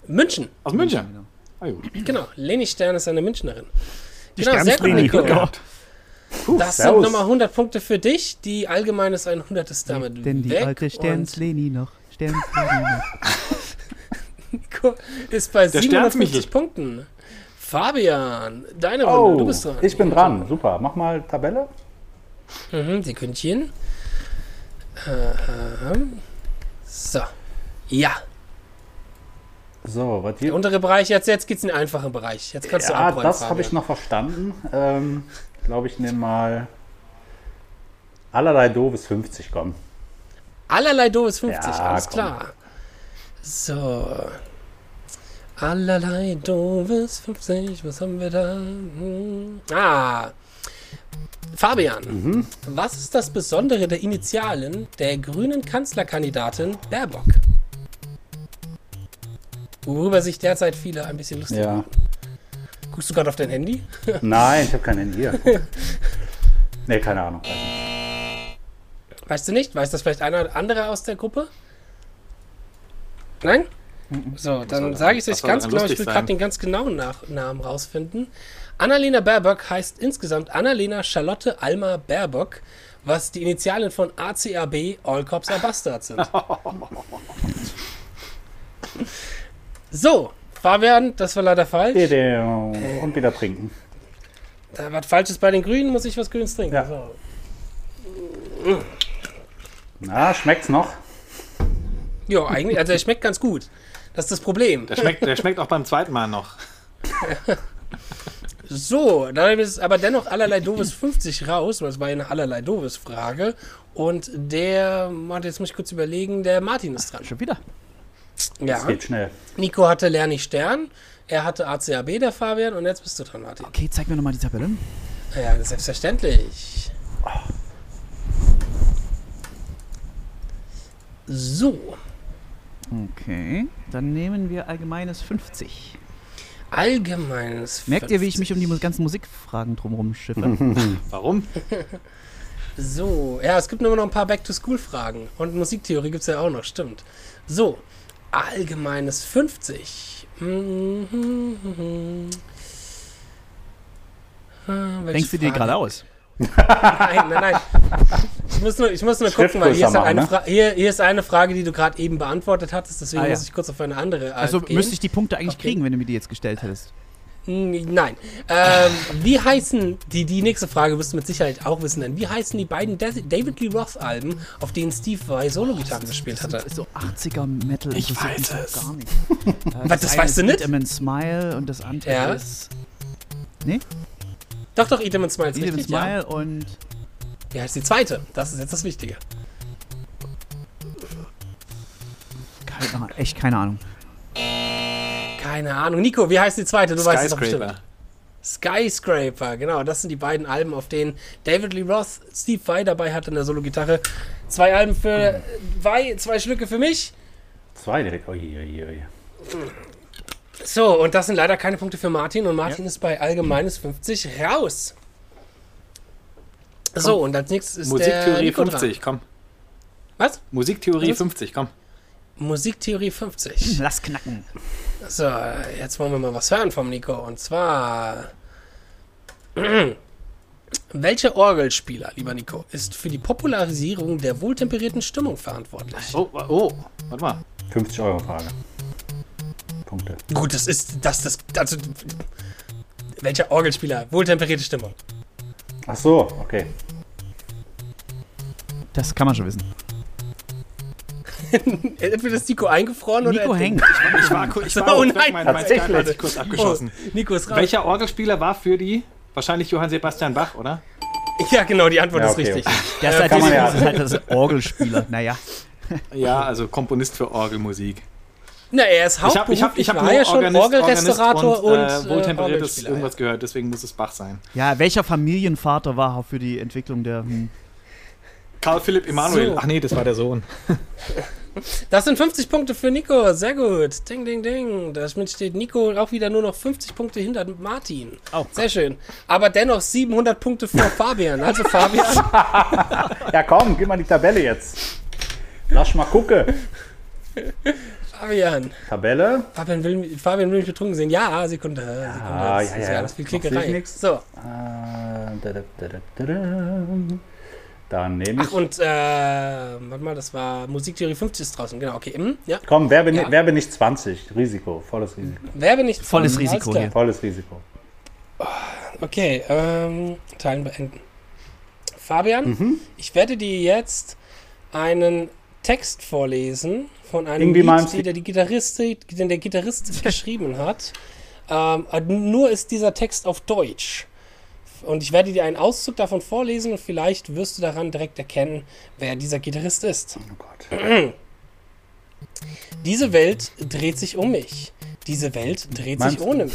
München. Aus München. Ah, gut. Genau, Leni Stern ist eine Münchnerin. Die Genau, sehr gut, Sternsleni. Nico. Gut gemacht. Das sind servus. nochmal 100 Punkte für dich. Die allgemeines 100 ist damit Denn die weg. alte und Sternsleni noch. Sternsleni noch. Nico ist bei Der 750 Sternmichel. Punkten. Fabian, deine Runde, du Oh, bist dran. ich bin dran. Super. Mach mal Tabelle. Mhm, Sekündchen. Ähm, So. Ja, So, was der hier. untere Bereich, jetzt, jetzt geht's in den einfachen Bereich. Jetzt kannst du Ja, abrollen, das habe ich Fabian. noch verstanden. Ähm, glaube ich, nehme mal allerlei doofes 50 kommen. Allerlei doofes 50, Ja, alles komm. klar. So. Allerlei doofes 50, was haben wir da? Hm. Ah. Fabian, Mhm. was ist das Besondere der Initialen der grünen Kanzlerkandidatin Baerbock? Worüber sich derzeit viele ein bisschen lustig Ja. Guckst du gerade auf dein Handy? Nein, ich habe keinen hier. Nee, keine Ahnung. weiß nicht. Weißt du nicht? Weiß das vielleicht einer oder andere aus der Gruppe? Nein? So, dann daran- sage ich es was euch soll ganz daran genau. Ich lustig will sein? gerade den ganz genauen Nach Namen rausfinden. Annalena Baerbock heißt insgesamt Annalena Charlotte Alma Baerbock, was die Initialen von ACAB All Cops are Bastards sind. so, Fabian, das war leider falsch. Dedeo. Und wieder trinken. Da was Falsches bei den Grünen, muss ich was Grünes trinken. Ja. So. Na, schmeckt's noch? Ja, eigentlich, also er schmeckt ganz gut. Das ist das Problem. Der schmeckt, der schmeckt auch beim zweiten Mal noch. So, dann ist aber dennoch allerlei doofes 50 raus, weil es war ja eine allerlei doofes Frage. Und der, warte, jetzt muss ich kurz überlegen, der Martin ist dran. Schon wieder. Das geht schnell. Nico hatte Lerni Stern, er hatte ACAB, der Fabian, und jetzt bist du dran, Martin. Okay, zeig mir nochmal die Tabelle. Ja, das ist selbstverständlich. So, Okay. Dann nehmen wir allgemeines 50. allgemeines. Merkt ihr, wie ich mich um die mu- ganzen Musikfragen drumherum schiffe? Warum? So, ja, es gibt nur noch ein paar Back-to-School-Fragen. Und Musiktheorie gibt es ja auch noch, stimmt. So, allgemeines 50. Mhm. Äh, welche Denkst du dir Frage? gerade aus? Nein, nein, nein. Ich muss nur, ich muss nur gucken, weil hier ist, halt Schriftgrößer eine machen, Fra- hier, hier ist eine Frage, die du gerade eben beantwortet hattest, deswegen Ah, ja. muss ich kurz auf eine andere äh, Also gehen. müsste ich die Punkte eigentlich Okay. kriegen, wenn du mir die jetzt gestellt hättest. Hm, Nein. Ähm, wie heißen die, die nächste Frage wirst du mit Sicherheit auch wissen, denn wie heißen die beiden Da- David Lee Roth Alben, auf denen Steve Vai Solo-Gitarren gespielt hatte? Das ist so 80er Metal. Ich interessiert mich weiß doch es. Gar nicht. Was, das weißt du nicht? Eat 'em and Smile und das andere Ja. ist. Nee? Doch, doch, Eat 'em and Smile ist Eat 'em and richtig, ja. Smile und. Wie heißt die zweite? Das ist jetzt das Wichtige. Keine Ahnung, echt keine Ahnung. Keine Ahnung. Nico, wie heißt die zweite? Du weißt es doch bestimmt. Skyscraper. Skyscraper, genau. Das sind die beiden Alben, auf denen David Lee Roth Steve Vai dabei hatte in der Solo-Gitarre. Zwei Alben für Vai, zwei Stücke für mich. Zwei direkt. Ui, ui, ui. So, und das sind leider keine Punkte für Martin und Martin ist bei allgemeines 50 raus. So, und als nächstes ist der Musiktheorie Nico 50, komm. Dran. Was? Musiktheorie Was? 50, komm. Musiktheorie 50. Lass knacken. So, jetzt wollen wir mal was hören vom Nico. Und zwar. Welcher Orgelspieler, lieber Nico, ist für die Popularisierung der wohltemperierten Stimmung verantwortlich? Oh, oh, warte mal. 50 Euro Frage. Punkte. Gut, das ist. Das, das, also, welcher Orgelspieler? Wohltemperierte Stimmung. Ach so, okay. Das kann man schon wissen. Entweder ist Äh, Nico eingefroren oder. Nico er- hängt. Ich war, ku- ich So, war kurz Oh nein, weg, mein, mein Skype tatsächlich. hat sich kurz abgeschossen. Oh, Nico ist raus. Welcher Orgelspieler war für die? Wahrscheinlich Johann Sebastian Bach, oder? Ja, genau, die Antwort Ja, ist okay. richtig. Das ist halt, kann das, man ja. das ist halt das Orgelspieler. Naja. Ja, also Komponist für Orgelmusik. Na, er ist Ich habe hauptberuflich, ich hab, ich hab war nur ja schon Organist, Orgelrestaurator und, Organist und, äh, wohltemperiertes Orgelspieler, irgendwas gehört, deswegen muss es Bach sein. Ja, welcher Familienvater war für die Entwicklung der. Hm. Karl Philipp Emanuel. So. Ach nee, das war der Sohn. ja. Das sind 50 Punkte für Nico, sehr gut. Ding, ding, ding. Damit steht Nico auch wieder nur noch 50 Punkte hinter Martin. Oh. Sehr schön. Aber dennoch 700 Punkte vor Fabian. Also Fabian, Ja komm, gib mal die Tabelle jetzt. Lass mal gucken. Fabian. Tabelle. Fabian will, mich- Fabian will mich betrunken sehen. Ja, Sekunde. Sekunde. ja, Ah, das ist ja. alles viel Macht sich Klickerei. nichts. So. Äh, da, da, da, da, da, da. Dann nehme ich. Ach, und, äh, warte mal, das war Musiktheorie 50 ist draußen. Genau, okay. Hm, ja. Komm, wer bin, Ja. wer bin ich 20? Risiko, volles Risiko. Wer bin ich? Volles Alles Risiko klar. hier. Volles Risiko. Okay, ähm, Teilen beenden. Fabian, Mhm. ich werde dir jetzt einen Text vorlesen von einem Irgendwie mal im Lied, den der, die Gitarrist, den der Gitarrist geschrieben hat. Ähm, aber nur ist dieser Text auf Deutsch. Und ich werde dir einen Auszug davon vorlesen und vielleicht wirst du daran direkt erkennen, wer dieser Gitarrist ist. Oh Gott. Diese Welt dreht sich um mich. Diese Welt dreht Meinst sich du? ohne mich.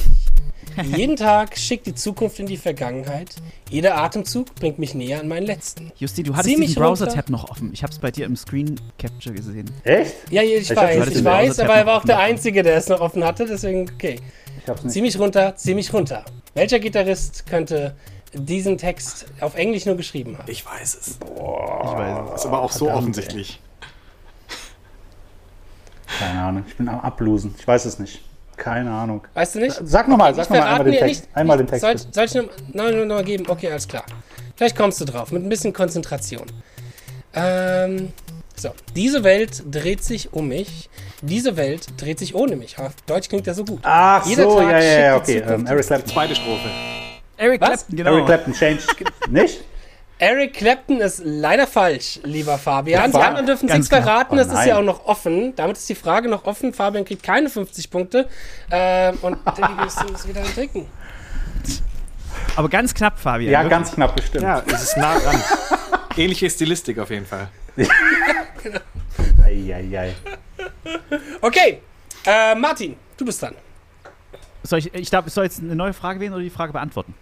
Jeden Tag schickt die Zukunft in die Vergangenheit. Jeder Atemzug bringt mich näher an meinen letzten. Justi, du hattest Zieh mich diesen Browser-Tab runter. noch offen. Ich hab's bei dir im Screen Capture gesehen. Echt? Ja, ja, ich, Ich hab weiß, gerade ich den weiß, Browser-Tab aber er war auch noch der offen. Einzige, der es noch offen hatte, deswegen okay. Ich hab's Zieh nicht. mich runter, zieh mich runter. Welcher Gitarrist könnte diesen Text auf Englisch nur geschrieben haben? Ich weiß es. Ich weiß Ist aber auch so verdammt, offensichtlich. Keine Ahnung. Ich bin am Ablosen. Ich weiß es nicht. Keine Ahnung. Weißt du nicht? Sag nochmal, sag Ich nochmal verrate einmal den mir Text. nicht- Einmal den Text. Soll, bitte. soll ich nochmal noch, noch, mal geben? Okay, alles klar. Vielleicht kommst du drauf, mit ein bisschen Konzentration. Ähm, so. Diese Welt dreht sich um mich. Diese Welt dreht sich ohne mich. Auf Deutsch klingt das so gut. Ach Jeder so, Tag ja, ja, ja, schickt die okay. Ähm, Zukunft- Eric Clapton. Zweite Strophe. Eric Was? Clapton, genau. Eric Clapton, Change. nicht? Eric Clapton ist leider falsch, lieber Fabian. Die war anderen dürfen ganz nichts verraten, das knapp. Oh ist ja nein. auch noch offen. Damit ist die Frage noch offen. Fabian kriegt keine 50 Punkte. Ähm, und Teddy, willst du es wieder trinken? Aber ganz knapp, Fabian. Ja, wirklich. ganz knapp bestimmt. Ja, es ist nah dran. Ähnliche Stilistik auf jeden Fall. Eieiei. Okay, äh, Martin, du bist dran. Soll ich, ich darf, soll jetzt eine neue Frage wählen oder die Frage beantworten?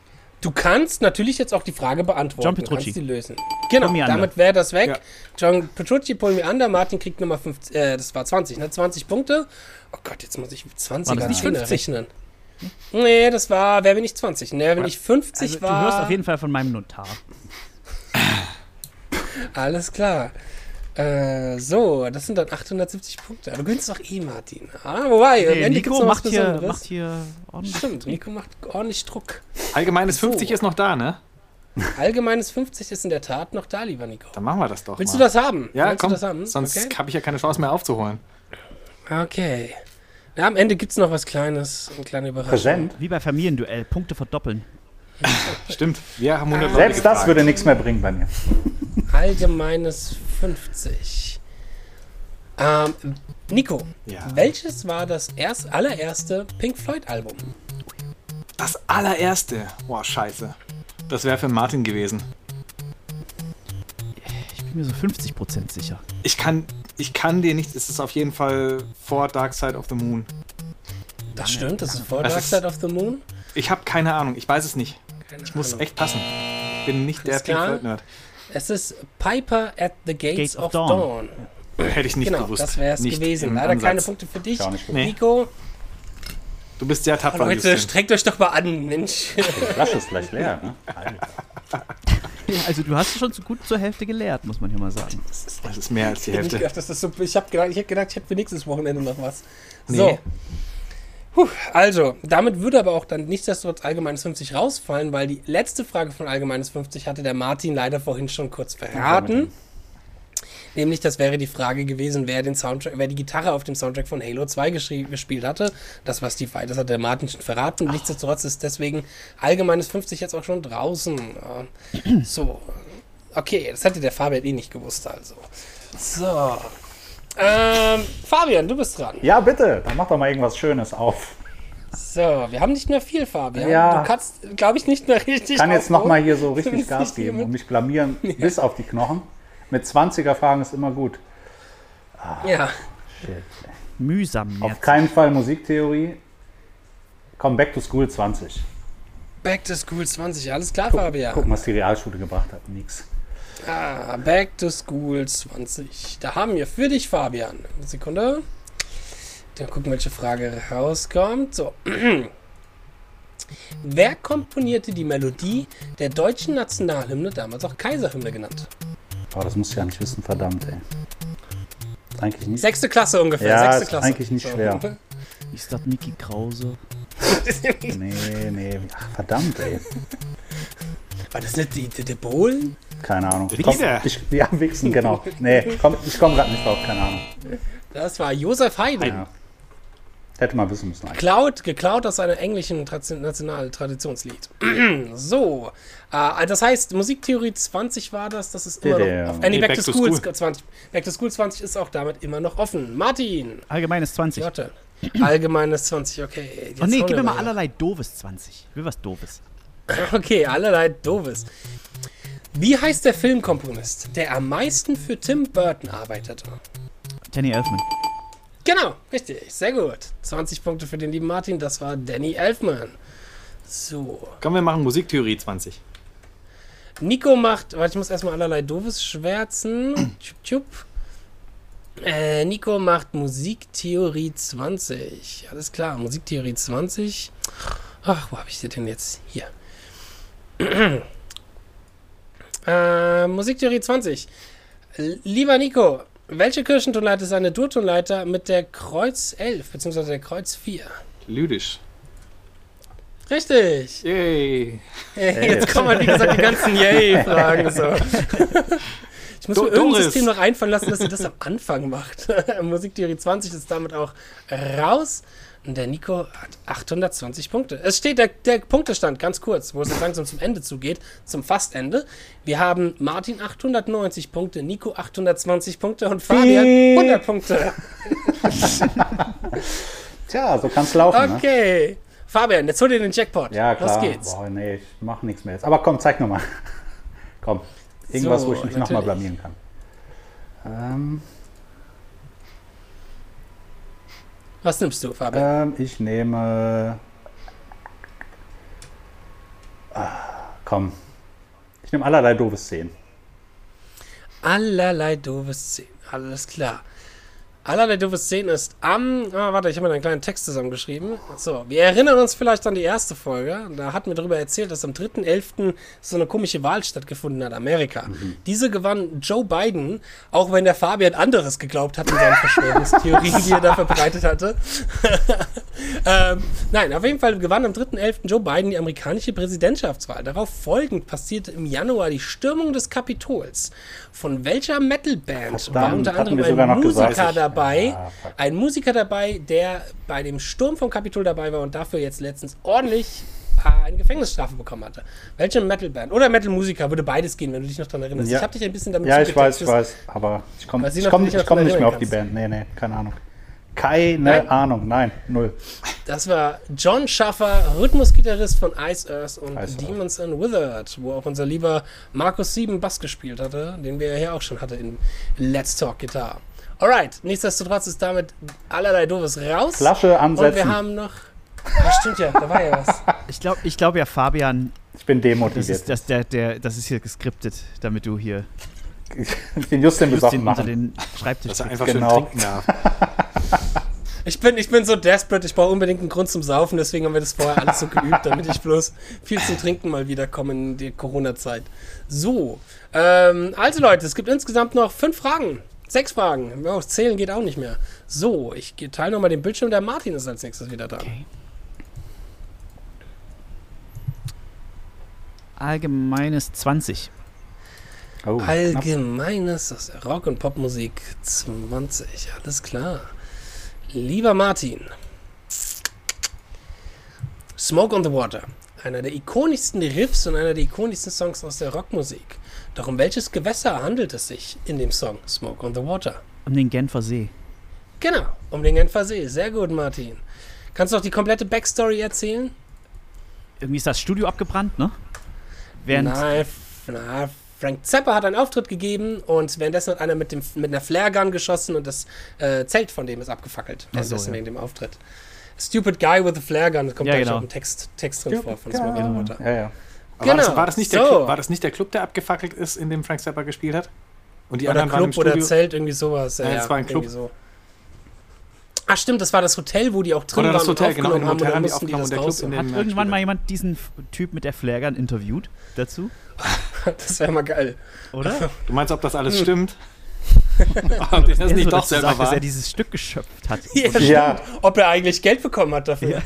Du kannst natürlich jetzt auch die Frage beantworten. John Du kannst Petrucci. die lösen. Genau, Meander. damit wäre das weg. Ja. John Petrucci, Paul Meander, Martin kriegt Nummer 50, äh, das war 20, ne? 20 Punkte. Oh Gott, jetzt muss ich 20 Waren das nicht 50? rechnen. Nee, das war, wer bin ich 20? Nee, wenn ich 50 Also, du war. hörst auf jeden Fall von meinem Notar. Alles klar. Äh, so, das sind dann 870 Punkte. Aber du gewinnst doch eh, Martin. Ah, wobei, am Nee, Ende gibt's noch Äh, Nico was macht hier, Besonderes. macht hier ordentlich. Stimmt, Nico macht ordentlich Druck. Allgemeines So. 50 ist noch da, ne? Allgemeines 50 ist in der Tat noch da, lieber Nico. Dann machen wir das doch. Willst mal. du das haben? Ja, Willst komm. du das haben? Sonst Okay. habe ich ja keine Chance mehr aufzuholen. okay. Na, am Ende gibt es noch was Kleines, eine kleine Überraschung. Präsent. Wie bei Familienduell, Punkte verdoppeln. Stimmt, wir haben 100 Leute Äh, Selbst das gefragt. würde nichts mehr bringen bei mir. Allgemeines 50. Ähm, Nico, Ja. welches war das erst, allererste Pink Floyd-Album? Das allererste. Boah, scheiße. Das wäre für Martin gewesen. Ich bin mir so 50% sicher. Ich kann, ich kann dir nicht, es ist auf jeden Fall vor Dark Side of the Moon. Das stimmt, das ist vor Das Dark ist- Side of the Moon. Ich habe keine Ahnung, ich weiß es nicht. Keine Ich muss Ahnung. echt passen. Ich bin nicht Genau. der Alles Pink klar. Floyd Nerd. Es ist Piper at the Gates, Gates of, of Dawn. Dawn. Hätte ich nicht Genau, gewusst. das wäre es Nicht gewesen. im Leider keine Ansatz. Punkte für dich. Gar nicht Nee. Nico, Du bist sehr tapfer. Leute, Justin. streckt euch doch mal an, Mensch. Die Flasche ist gleich leer, ne? Alter. Ja, also du hast schon zu gut zur Hälfte gelehrt, muss man hier mal sagen. Das ist mehr als die Ich, Hälfte. gedacht, dass das so, ich habe gedacht, ich hätte gedacht, ich hätte für nächstes Wochenende noch was. Nee. So. Puh, also, damit würde aber auch dann nichtsdestotrotz Allgemeines 50 rausfallen, weil die letzte Frage von Allgemeines 50 hatte der Martin leider vorhin schon kurz verraten. Nämlich, das wäre die Frage gewesen, wer den Soundtrack, wer die Gitarre auf dem Soundtrack von Halo 2 geschrie- gespielt hatte. Das war Steve Vai, das hat der Martin schon verraten. Nichtsdestotrotz ist deswegen Allgemeines 50 jetzt auch schon draußen. Äh, So. Okay, das hätte der Fabian eh nicht gewusst, also. So. Ähm, Fabian, du bist dran. Ja, bitte, dann mach doch mal irgendwas Schönes auf. So, wir haben nicht mehr viel, Fabian. Ja. Du kannst, glaube ich, nicht mehr richtig. Ich kann jetzt aufholen. nochmal hier so Du richtig bist Gas nicht hier geben mit- und mich blamieren bis auf die Knochen. Mit 20er-Fragen ist immer gut. Ja, Mühsam Auf jetzt. keinen Fall Musiktheorie. Komm, Back to School 20. Back to School 20, alles klar, Fabian. Gucken, was die Realschule gebracht hat. Nix. Ah, Back to School 20. Da haben wir für dich, Fabian. Eine Sekunde. Dann gucken, welche Frage rauskommt. So. Wer komponierte die Melodie der deutschen Nationalhymne, damals auch Kaiserhymne genannt? Boah, das musst du ja nicht wissen, verdammt, ey. Ist eigentlich nicht. Sechste Klasse ungefähr. Ja, sechste ist Klasse. eigentlich nicht schwer. Ist das Niki Krause? Nee, nee. Ach, verdammt, ey. War das nicht die, die, die Bohlen? Keine Ahnung. Ich Wieder? ich, ja, Wichsen, genau. Nee, komm, ich komme gerade nicht drauf, keine Ahnung. Das war Josef Haydn. Ja. Hätte mal wissen müssen eigentlich. Klaut, geklaut aus einem englischen Tra- nationalen Traditionslied. so, äh, das heißt, Musiktheorie 20 war das, das ist immer Der- noch auf, äh, nee, Nee, Back, to School 20. Back to School 20 ist auch damit immer noch offen. Martin, Allgemeines 20. Oh Jotte, allgemeines 20, okay. jetzt nee, hauen gib wir mir mal allerlei doofes 20. Ich will was doofes. Okay, allerlei Doofes. Wie heißt der Filmkomponist, der am meisten für Tim Burton arbeitete? Danny Elfman. Genau, richtig, sehr gut. 20 Punkte für den lieben Martin, das war Danny Elfman. So, Komm, wir machen Musiktheorie 20. Nico macht, warte, ich muss erstmal allerlei doofes schwärzen. Tschub, tschub. Äh, Nico macht Musiktheorie 20. Alles klar, Musiktheorie 20. Ach, wo habe ich sie denn jetzt? Hier. äh, Musiktheorie 20. L- Lieber Nico, welche Kirchentonleiter ist eine Durtonleiter mit der Kreuz 11 bzw. der Kreuz 4? Lydisch. Richtig. Yay. Äh. Hey, Jetzt kommen halt, wie gesagt, die ganzen Yay-Fragen. So. Ich muss Do- mir irgendein Doris. System noch einfallen lassen, dass sie das am Anfang macht. Musiktheorie 20 ist damit auch raus. Und der Nico hat 820 Punkte. Es steht der, der Punktestand ganz kurz, wo es jetzt langsam zum Ende zugeht, zum Fastende. Wir haben Martin 890 Punkte, Nico 820 Punkte und Fabian 100 Punkte. Tja, so kann's laufen, ne? Okay. Fabian, jetzt hol dir den Jackpot. Ja, klar. Los geht's. Boah, nee, ich mach nichts mehr jetzt. Aber komm, zeig nochmal. komm, irgendwas, wo ich mich nochmal natürlich. blamieren kann. Ähm, Was nimmst du, Fabian? Ähm, ich nehme. Ah, komm. Ich nehme allerlei doofe Szenen. Allerlei doofe Szenen. Alles klar. Allerlei doofe Szenen ist am. ah, warte, ich habe mir einen kleinen Text zusammengeschrieben. So, wir erinnern uns vielleicht an die erste Folge. Da hatten wir darüber erzählt, dass am 3.11. so eine komische Wahl stattgefunden hat, Amerika. Diese gewann Joe Biden, auch wenn der Fabian anderes geglaubt hat in seinen Verschwörungstheorien, die er da verbreitet hatte. ähm, nein, auf jeden Fall gewann am 3.11. Joe Biden die amerikanische Präsidentschaftswahl. Darauf folgend passierte im Januar die Stürmung des Kapitols. Von welcher Metalband war Verdammt, unter hatten anderem wir sogar ein noch Musiker gesagt. dabei? Ja, fuck. ein Musiker dabei, der bei dem Sturm vom Kapitol dabei war und dafür jetzt letztens ordentlich äh, eine Gefängnisstrafe bekommen hatte. Welche Metalband oder Metal-Musiker würde beides gehen, wenn du dich noch dran erinnerst? Ja. Ich habe dich ein bisschen damit Ja, ich weiß, ich zugetextet. weiß. Aber ich komme Weiß ich ich noch, komm wie nicht, ich ich komm das nicht mehr auf die erinnern Band. Nee, nee, keine Ahnung. Keine Nein. Ahnung, nein, null. Das war John Schaffer, Rhythmusgitarrist von Ice Earth und Ice Earth. Demons and Withered, wo auch unser lieber Markus 7 Bass gespielt hatte, den wir ja hier auch schon hatte in Let's Talk Guitar. Alright, nichtsdestotrotz ist damit allerlei doofes raus. Flasche und wir ansetzen. haben noch. Ah, stimmt ja, da war ja was. Ich glaube ich glaub ja, Fabian, Ich bin das ist, demotiviert. das, der, der, das ist hier geskriptet, damit du hier Ich den Justin besoffen Justin unter machen. den Schreibtisch Dass er kriegst. einfach Genau. schön trinken darf. Ich bin, ich bin so desperate, ich brauche unbedingt einen Grund zum Saufen, deswegen haben wir das vorher alles so geübt, damit ich bloß viel zum Trinken mal wiederkomme in der Corona-Zeit. So, ähm, also Leute, es gibt insgesamt noch fünf Fragen. Sechs Fragen. Oh, zählen geht auch nicht mehr. So, ich teile nochmal den Bildschirm, der Martin ist als nächstes wieder da. Allgemeines 20. Oh, knapp. Allgemeines aus der Rock- und Popmusik 20, alles klar. Lieber Martin, Smoke on the Water, einer der ikonischsten Riffs und einer der ikonischsten Songs aus der Rockmusik. Doch um welches Gewässer handelt es sich in dem Song Smoke on the Water? Um den Genfer See. Genau, um den Genfer See. Sehr gut, Martin. Kannst du noch die komplette Backstory erzählen? Irgendwie ist das Studio abgebrannt, ne? Während Nein, f- na, Frank Zappa hat einen Auftritt gegeben und währenddessen hat einer mit, dem, mit einer Flare-Gun geschossen und das äh, Zelt von dem ist abgefackelt. Ach so, Währenddessen ja. wegen dem Auftritt. Stupid Guy with a Flare-Gun kommt Ja, gleich genau. auch im Text, Text drin Stupid vor von guy. Smoke on the Water. Ja, ja. Aber War, Genau, das, war, das nicht der so. Club, war das nicht der Club, der abgefackelt ist, in dem Frank Zappa gespielt hat? Und die Oder anderen waren im Club oder Studio? Zelt, irgendwie sowas. Ja, Nein, ja, es war ein irgendwie So. Club. Ach stimmt, das war das Hotel, wo die auch drin Oder waren das Hotel, und genau, in aufgenommen dem Hotel haben haben und dann die mussten die aufgenommen und das der rausholen. Club in dem hat äh, irgendwann mal Studio. jemand diesen F- Typ mit der Flairgun interviewt dazu, Das wäre mal geil. oder? Du meinst, ob das Hm. alles stimmt? Ob den das Er so nicht doch dazu selber sagt, dass war? er dieses Stück geschöpft hat. Ja, stimmt. Ja. Ob er eigentlich Geld bekommen hat dafür.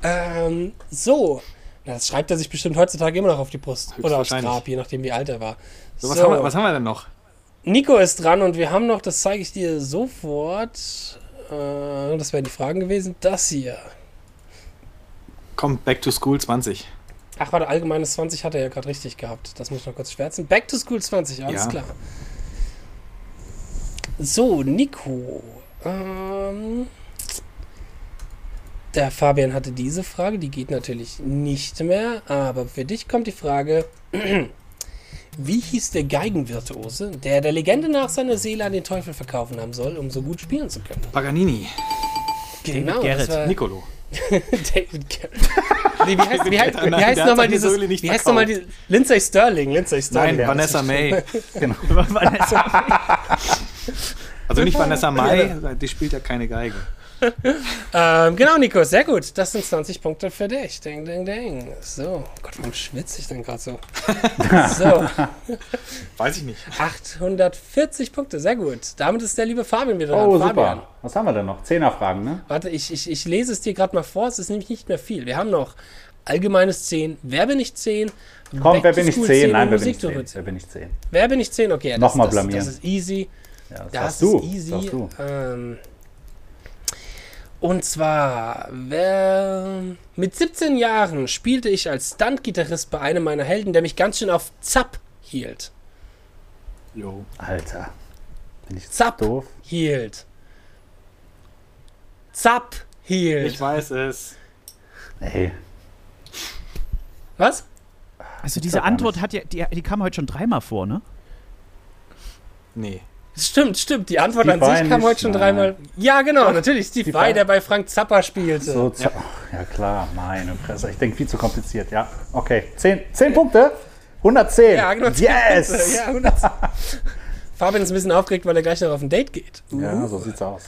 ähm, so. Na, das schreibt er sich bestimmt heutzutage immer noch auf die Brust. Oder aufs Höchstwahrscheinlich. Grab, je nachdem, wie alt er war. So, So, was, haben wir, was haben wir denn noch? Nico ist dran und wir haben noch, das zeige ich dir sofort. Äh, das wären die Fragen gewesen. Das hier. Komm, Back to School 20. Ach, warte, allgemeines 20 hat er ja gerade richtig gehabt. Das muss ich noch kurz schwärzen. Back to School 20, alles Ja. klar. So, Nico. Ähm, der Fabian hatte diese Frage, die geht natürlich nicht mehr, aber für dich kommt die Frage: Wie hieß der Geigenvirtuose, der der Legende nach seiner Seele an den Teufel verkaufen haben soll, um so gut spielen zu können? Genau, Paganini, das Garrett. war- Nicolo. David Garrett. Nee, wie heißt, wie heißt, Nein, wie der heißt hat nochmal seine dieses. Söhle nicht Wie heißt nochmal dieses. Lindsay Sterling, Lindsay Sterling. Nein, Ja. Vanessa May. Genau. Vanessa- Also nicht Vanessa May, die spielt ja keine Geige. Ähm, genau, Nico, sehr gut. Das sind 20 Punkte für dich. Ding, ding, ding. So. Gott, warum schwitze ich denn gerade so? so, Weiß ich nicht. 840 Punkte, sehr gut. Damit ist der liebe Fabian wieder dran. Oh, Fabian. super. Was haben wir denn noch? Zehnerfragen, ne? Warte, ich, ich, ich lese es dir gerade mal vor. Es ist nämlich nicht mehr viel. Wir haben noch allgemeines 10. Wer bin ich 10? Komm, Back wer to bin ich? School Zehn? und Nein, wer bin ich? Musiktour Zehn? 10. Wer bin ich? Zehn? Wer bin ich 10? Okay, ja, das, Nochmal das, blamieren. das ist easy. Ja, das, Das sagst ist du. easy. Sagst du. Ähm, und zwar, wer, mit 17 Jahren spielte ich als Stunt-Gitarrist bei einem meiner Helden, der mich ganz schön auf Zapp hielt. Jo. Alter. Bin ich Zapp doof? hielt. Zapp hielt. Ich weiß es. Ey. Was? Also doch diese gar Antwort hat ja, die, die kam heute schon dreimal vor, ne? Nee. Stimmt, stimmt. Die Antwort Steve an sich Vai kam nicht, heute schon nein. dreimal. Ja, genau, natürlich. Steve Steve Vai, Vai. der bei Frank Zappa spielte. So, ja. ja klar, meine Fresse. Ich denke, viel zu kompliziert. Ja, okay. Zehn, zehn Punkte. 110. Ja, genau. zehn Punkte. Yes. Ja, 100. Fabian ist ein bisschen aufgeregt, weil er gleich noch auf ein Date geht. Uh. Ja, so sieht's aus.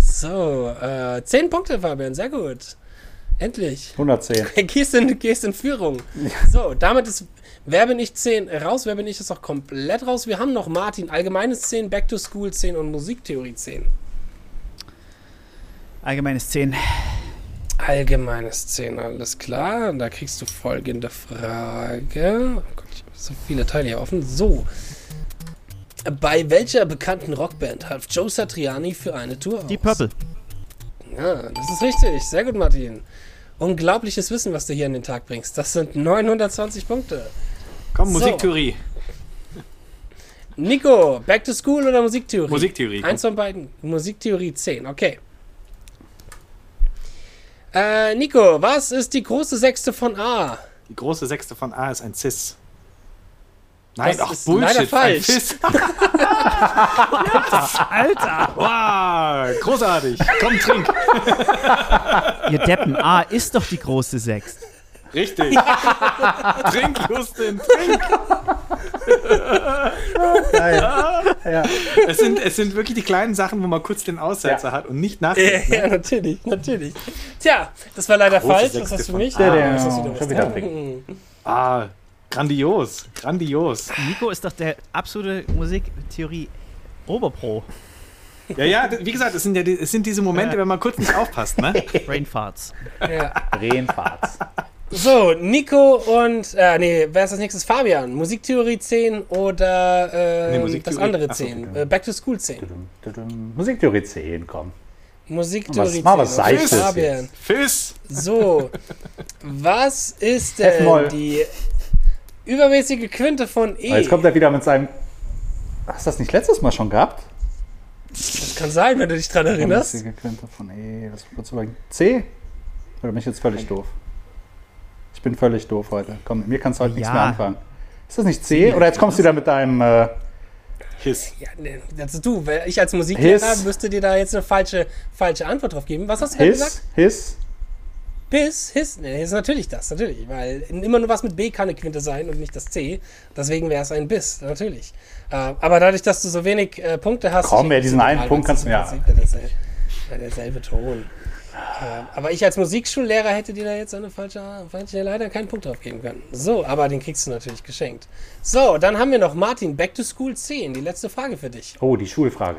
So, äh, 10 Punkte, Fabian, sehr gut. Endlich. 110. Gehst in, gehst in Führung. So, damit ist Wer bin ich 10 raus, Wer bin ich ist auch komplett raus. Wir haben noch Martin, allgemeine 10, Back to School 10 und Musiktheorie 10. Allgemeines 10. Allgemeines 10, alles klar. Und da kriegst du folgende Frage. Oh Gott, ich habe so viele Teile hier offen. So. Bei welcher bekannten Rockband half Joe Satriani für eine Tour aus? Die Purple. Ja, das ist richtig. Sehr gut, Martin. Unglaubliches Wissen, was du hier an den Tag bringst. Das sind 920 Punkte. Komm, So. Musiktheorie. Nico, Back to School oder Musiktheorie? Musiktheorie. Eins von beiden. Musiktheorie 10, okay. Äh, Nico, was ist die große Sechste von A? Die große Sechste von A ist ein Cis. Nein, Das ach ist Bullshit. leider falsch. Ein Cis. Alter! Wow, großartig. Komm, trink. Ihr Deppen. A ist doch die große 6. Richtig. trink, Justin, trink. Ja. Es sind, es sind wirklich die kleinen Sachen, wo man kurz den Aussetzer hat und nicht nachdenkt. ja, natürlich, natürlich. Tja, das war leider Große falsch. Was Sechste hast du für von mich? Ah, Was hast du schon denn? wieder ein Ding. Äh. Ah, grandios, grandios. Nico ist doch der absolute Musiktheorie-Oberpro. Ja, ja, d- wie gesagt, es sind, ja die, es sind diese Momente, wenn man kurz nicht aufpasst, ne? Brainfarts. Ja. Drehenfahrt. So, Nico und, äh, nee, wer ist das nächstes? Fabian, Musiktheorie 10 oder Nee, ähm, Musiktheorie- das andere Ach so, 10, genau. äh, Back to School 10. Musiktheorie 10, komm. Musiktheorie Was- mal was 10. Seichtes jetzt. Fabian. Fiss! So, was ist denn F-Moll. die übermäßige Quinte von E? Aber Oh, Jetzt kommt er wieder mit seinem. Hast du das nicht letztes Mal schon gehabt? das kann sein, wenn du dich Oh, dran erinnerst. Mäßige Quinte von E. Lass mich kurz überlegen. C? Oder bin ich jetzt völlig doof? Ich bin völlig doof heute. Komm, mit mir kannst du heute nichts Ja. mehr anfangen. Ist das nicht C? Oder jetzt kommst du wieder mit deinem. Äh, Hiss. Ja, nee, das ist du, weil ich als Musiklehrer His. müsste dir da jetzt eine falsche, falsche Antwort drauf geben. Was hast du gerade gesagt? His? His? Bis, His. Nee, ist natürlich das, natürlich. Weil immer nur was mit B kann eine Quinte sein und nicht das C. Deswegen wäre es ein Bis, natürlich. Äh, aber dadurch, dass du so wenig äh, Punkte hast. Komm, kriegst ey, diesen du einen total Punkt kannst du- ja. Prinzip derselbe- ja, derselbe Ton. Äh, aber ich als Musikschullehrer hätte dir da jetzt eine falsche, falsche leider keinen Punkt drauf geben können. So, aber den kriegst du natürlich geschenkt. So, dann haben wir noch Martin, Back to School 10, die letzte Frage für dich. Oh, die Schulfrage.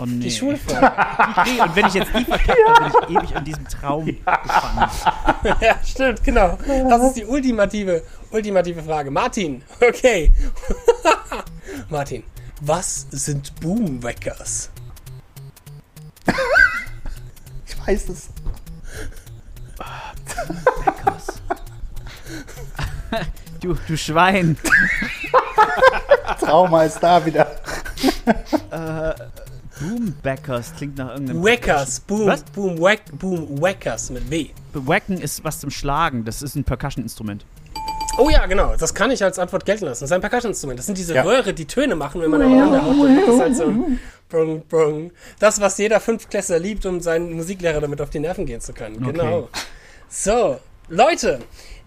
Oh nee. Die Schulfrage. Nee, und wenn ich jetzt die verkacke, dann bin ich ewig an diesem Traum gefangen. ja, stimmt, genau. Das ist die ultimative, ultimative Frage. Martin, okay. Martin, was sind Boomweckers? Ich weiß es. Du, du Schwein. Trauma ist da wieder. Boombackers klingt nach irgendeinem. Weckers, Boom, Was? Boom, Weck, Boom, Weckers mit W. Wacken ist was zum Schlagen. Das ist ein Percussion-Instrument. Oh ja, genau. Das kann ich als Antwort gelten lassen. Das ist ein Percussion-Instrument. Das sind diese Ja. Röhre, die Töne machen, wenn man aufeinander haut. Das ist halt so ein brung, brung. Das, was jeder Fünftklässler liebt, um seinen Musiklehrer damit auf die Nerven gehen zu können. Genau. So, Leute,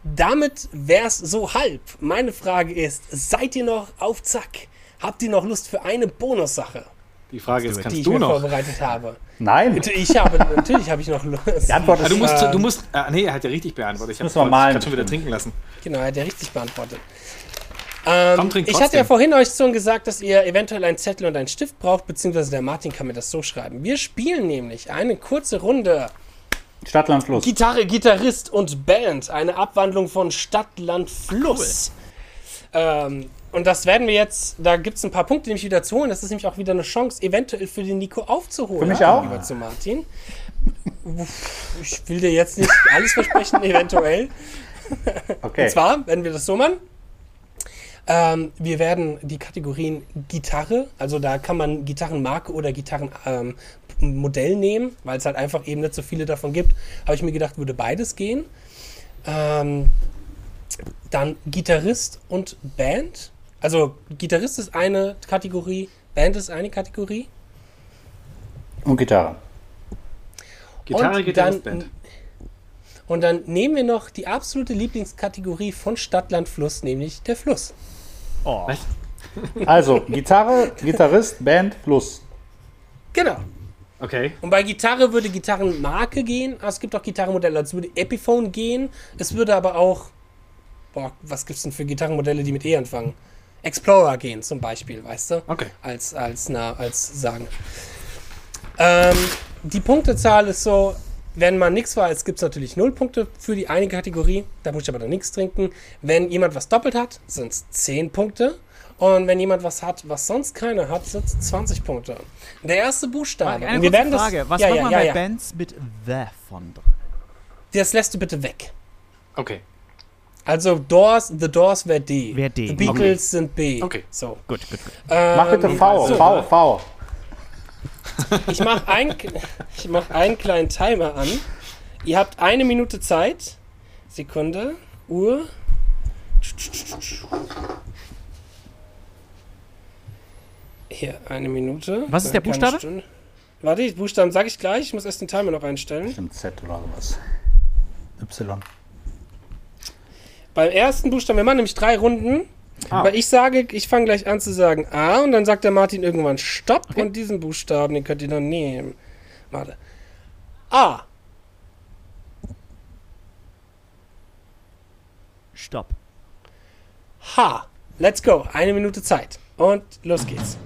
damit wär's so halb. Meine Frage ist, seid ihr noch auf Zack? Habt ihr noch Lust für eine Bonussache, Die Frage ist, die ich kannst mir du noch? vorbereitet habe? Nein. Ich habe, natürlich habe ich noch Lust. Die Antwort Ah, ist. du musst, Ähm. du musst, ah, nee, er hat ja richtig beantwortet. Ich hab Müssen wir voll- malen Ich kann schon wieder bestimmt. trinken lassen. Genau, er hat ja richtig beantwortet. Ähm, Komm, trink ich hatte trotzdem. ja vorhin euch schon gesagt, dass ihr eventuell einen Zettel und einen Stift braucht, beziehungsweise der Martin kann mir das so schreiben. Wir spielen nämlich eine kurze Runde Stadtland Fluss. Gitarre, Gitarrist und Band, eine Abwandlung von Stadt, Land, Fluss. Ähm, und das werden wir jetzt, da gibt es ein paar Punkte nämlich wieder zu holen. Das ist nämlich auch wieder eine Chance, eventuell für den Nico aufzuholen. Für mich auch. Lieber zu Martin. Ich will dir jetzt nicht alles versprechen, eventuell. Okay. Und zwar werden wir das so machen. Ähm, wir werden die Kategorien Gitarre, also da kann man Gitarrenmarke oder Gitarrenmodell ähm, Modell nehmen, weil es halt einfach eben nicht so viele davon gibt. Habe ich mir gedacht, würde beides gehen. Ähm, dann Gitarrist und Band. Also Gitarrist ist eine Kategorie, Band ist eine Kategorie. Und Gitarre. Gitarre Und geht dann, dann- ins Band. Und dann nehmen wir noch die absolute Lieblingskategorie von Stadtland Fluss, nämlich der Fluss. Oh. Was? Also, Gitarre, Gitarrist, Band, Fluss. Genau. Oh. Okay. Und bei Gitarre würde Gitarrenmarke gehen. aber Es gibt auch Gitarrenmodelle. Es würde Epiphone gehen. Es würde aber auch. Boah, was gibt's denn für Gitarrenmodelle, die mit E anfangen? Explorer gehen zum Beispiel, weißt du? Okay. Als, als, na, als sagen. Ähm, die Punktezahl ist so, wenn man nichts weiß, gibt es natürlich null Punkte für die eine Kategorie. Da muss ich aber dann nichts trinken. Wenn jemand was doppelt hat, sind es 10 Punkte. Und wenn jemand was hat, was sonst keiner hat, sind es 20 Punkte. Der erste Buchstabe. Eine und wir werden kurze das- Frage. Was ja, machen ja, wir ja, bei ja. Bands mit The von drin? Das lässt du bitte weg. Okay. Also Doors, The Doors wäre D. Wär D, The okay. Beatles sind B. Okay. So. Gut, gut, gut. Mach bitte V, Ähm, so, V, ne? V. also- Ich mache ein, ich mach einen kleinen Timer an. Ihr habt eine Minute Zeit. Sekunde. Uhr. Hier, eine Minute. Was ist der Eine kleine Buchstabe? Stunde. Warte, die Buchstaben sage ich gleich. Ich muss erst den Timer noch einstellen. Stimmt, Z oder sowas. Y. Beim ersten Buchstaben, wir machen nämlich drei Runden. Ah. Aber ich sage, ich fange gleich an zu sagen A und dann sagt der Martin irgendwann Stopp und diesen Buchstaben, den könnt ihr dann nehmen. Warte. A. Stopp. Ha, let's go. Eine Minute Zeit. Und los geht's.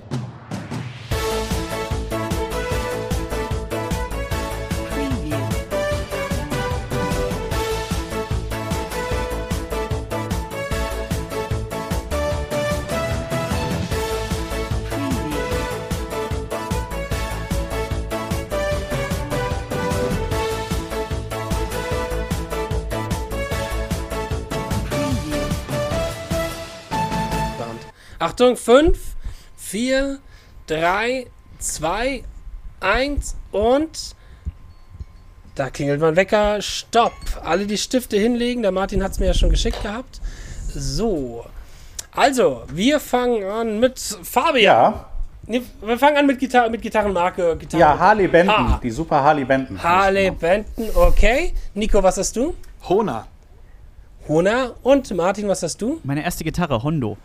Sound. Achtung, 5, 4, 3, 2, 1 und da klingelt mein Wecker. Stopp. Alle die Stifte hinlegen. Der Martin hat es mir ja schon geschickt gehabt. So. Also, wir fangen an mit Fabian. Ja, Nee, wir fangen an mit, Gitar mit Gitarrenmarke. Gitarren ja, Harley Benton, Ah. die super Harley Benton. Harley Benton, okay. Nico, was hast du? Hona. Hona. Und Martin, was hast du? Meine erste Gitarre, Hondo.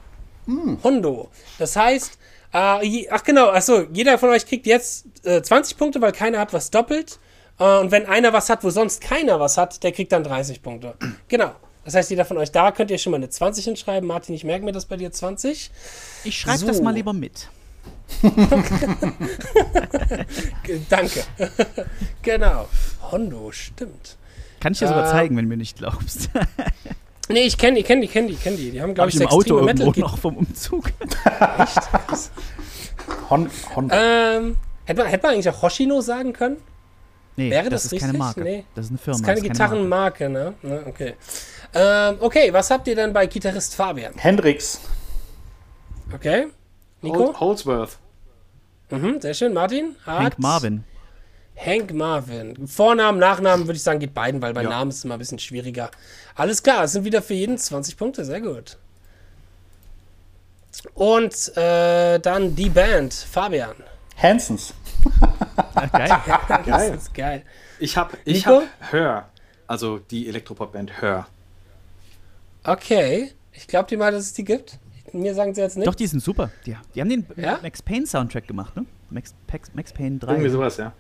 Hondo. Das heißt, äh, je, ach genau, achso, jeder von euch kriegt jetzt äh, 20 Punkte, weil keiner hat was doppelt. Äh, und wenn einer was hat, wo sonst keiner was hat, der kriegt dann 30 Punkte. Genau. Das heißt, jeder von euch da könnt ihr schon mal eine 20 hinschreiben. Martin, ich merke mir das bei dir 20. Ich schreibe So. das mal lieber mit. G danke. genau. Hondo, stimmt. Kann ich dir sogar Äh, zeigen, wenn du mir nicht glaubst. Nee, ich kenne die, kenne die, kenne die, kenne die. Die haben, Hab glaube ich, sechs Auto Metal irgendwo Gitarren. noch vom Umzug. Hon, Hon, Ähm, hätte man, hätte man eigentlich auch Hoshino sagen können? Nee, Wäre das, das ist keine richtig? Marke. Nee. Das ist eine Firma. ist keine das ist Marke. Gitarrenmarke, ne? ne? Okay. Ähm, okay, was habt ihr denn bei Gitarrist Fabian? Hendrix. Okay. Nico? Hol- Holdsworth. Mhm, sehr schön. Martin? Hat Hank Marvin. Hank Marvin. Vornamen, Nachnamen würde ich sagen, geht beiden, weil bei Ja. Namen ist es immer ein bisschen schwieriger. Alles klar, es sind wieder für jeden 20 Punkte. Sehr gut. Und äh, dann die Band, Fabian. Hansons. Ah, geil. Das ist geil. Ich hab, ich Nico? hab Hör. Also die Elektropop-Band Hör. Okay. Ich glaube dir mal, dass es die gibt. Mir sagen sie jetzt nicht. Doch, die sind super. Die, die haben den Ja? Max Payne Soundtrack gemacht, ne? Max, Pax- Max Payne 3. Irgendwie sowas, ja.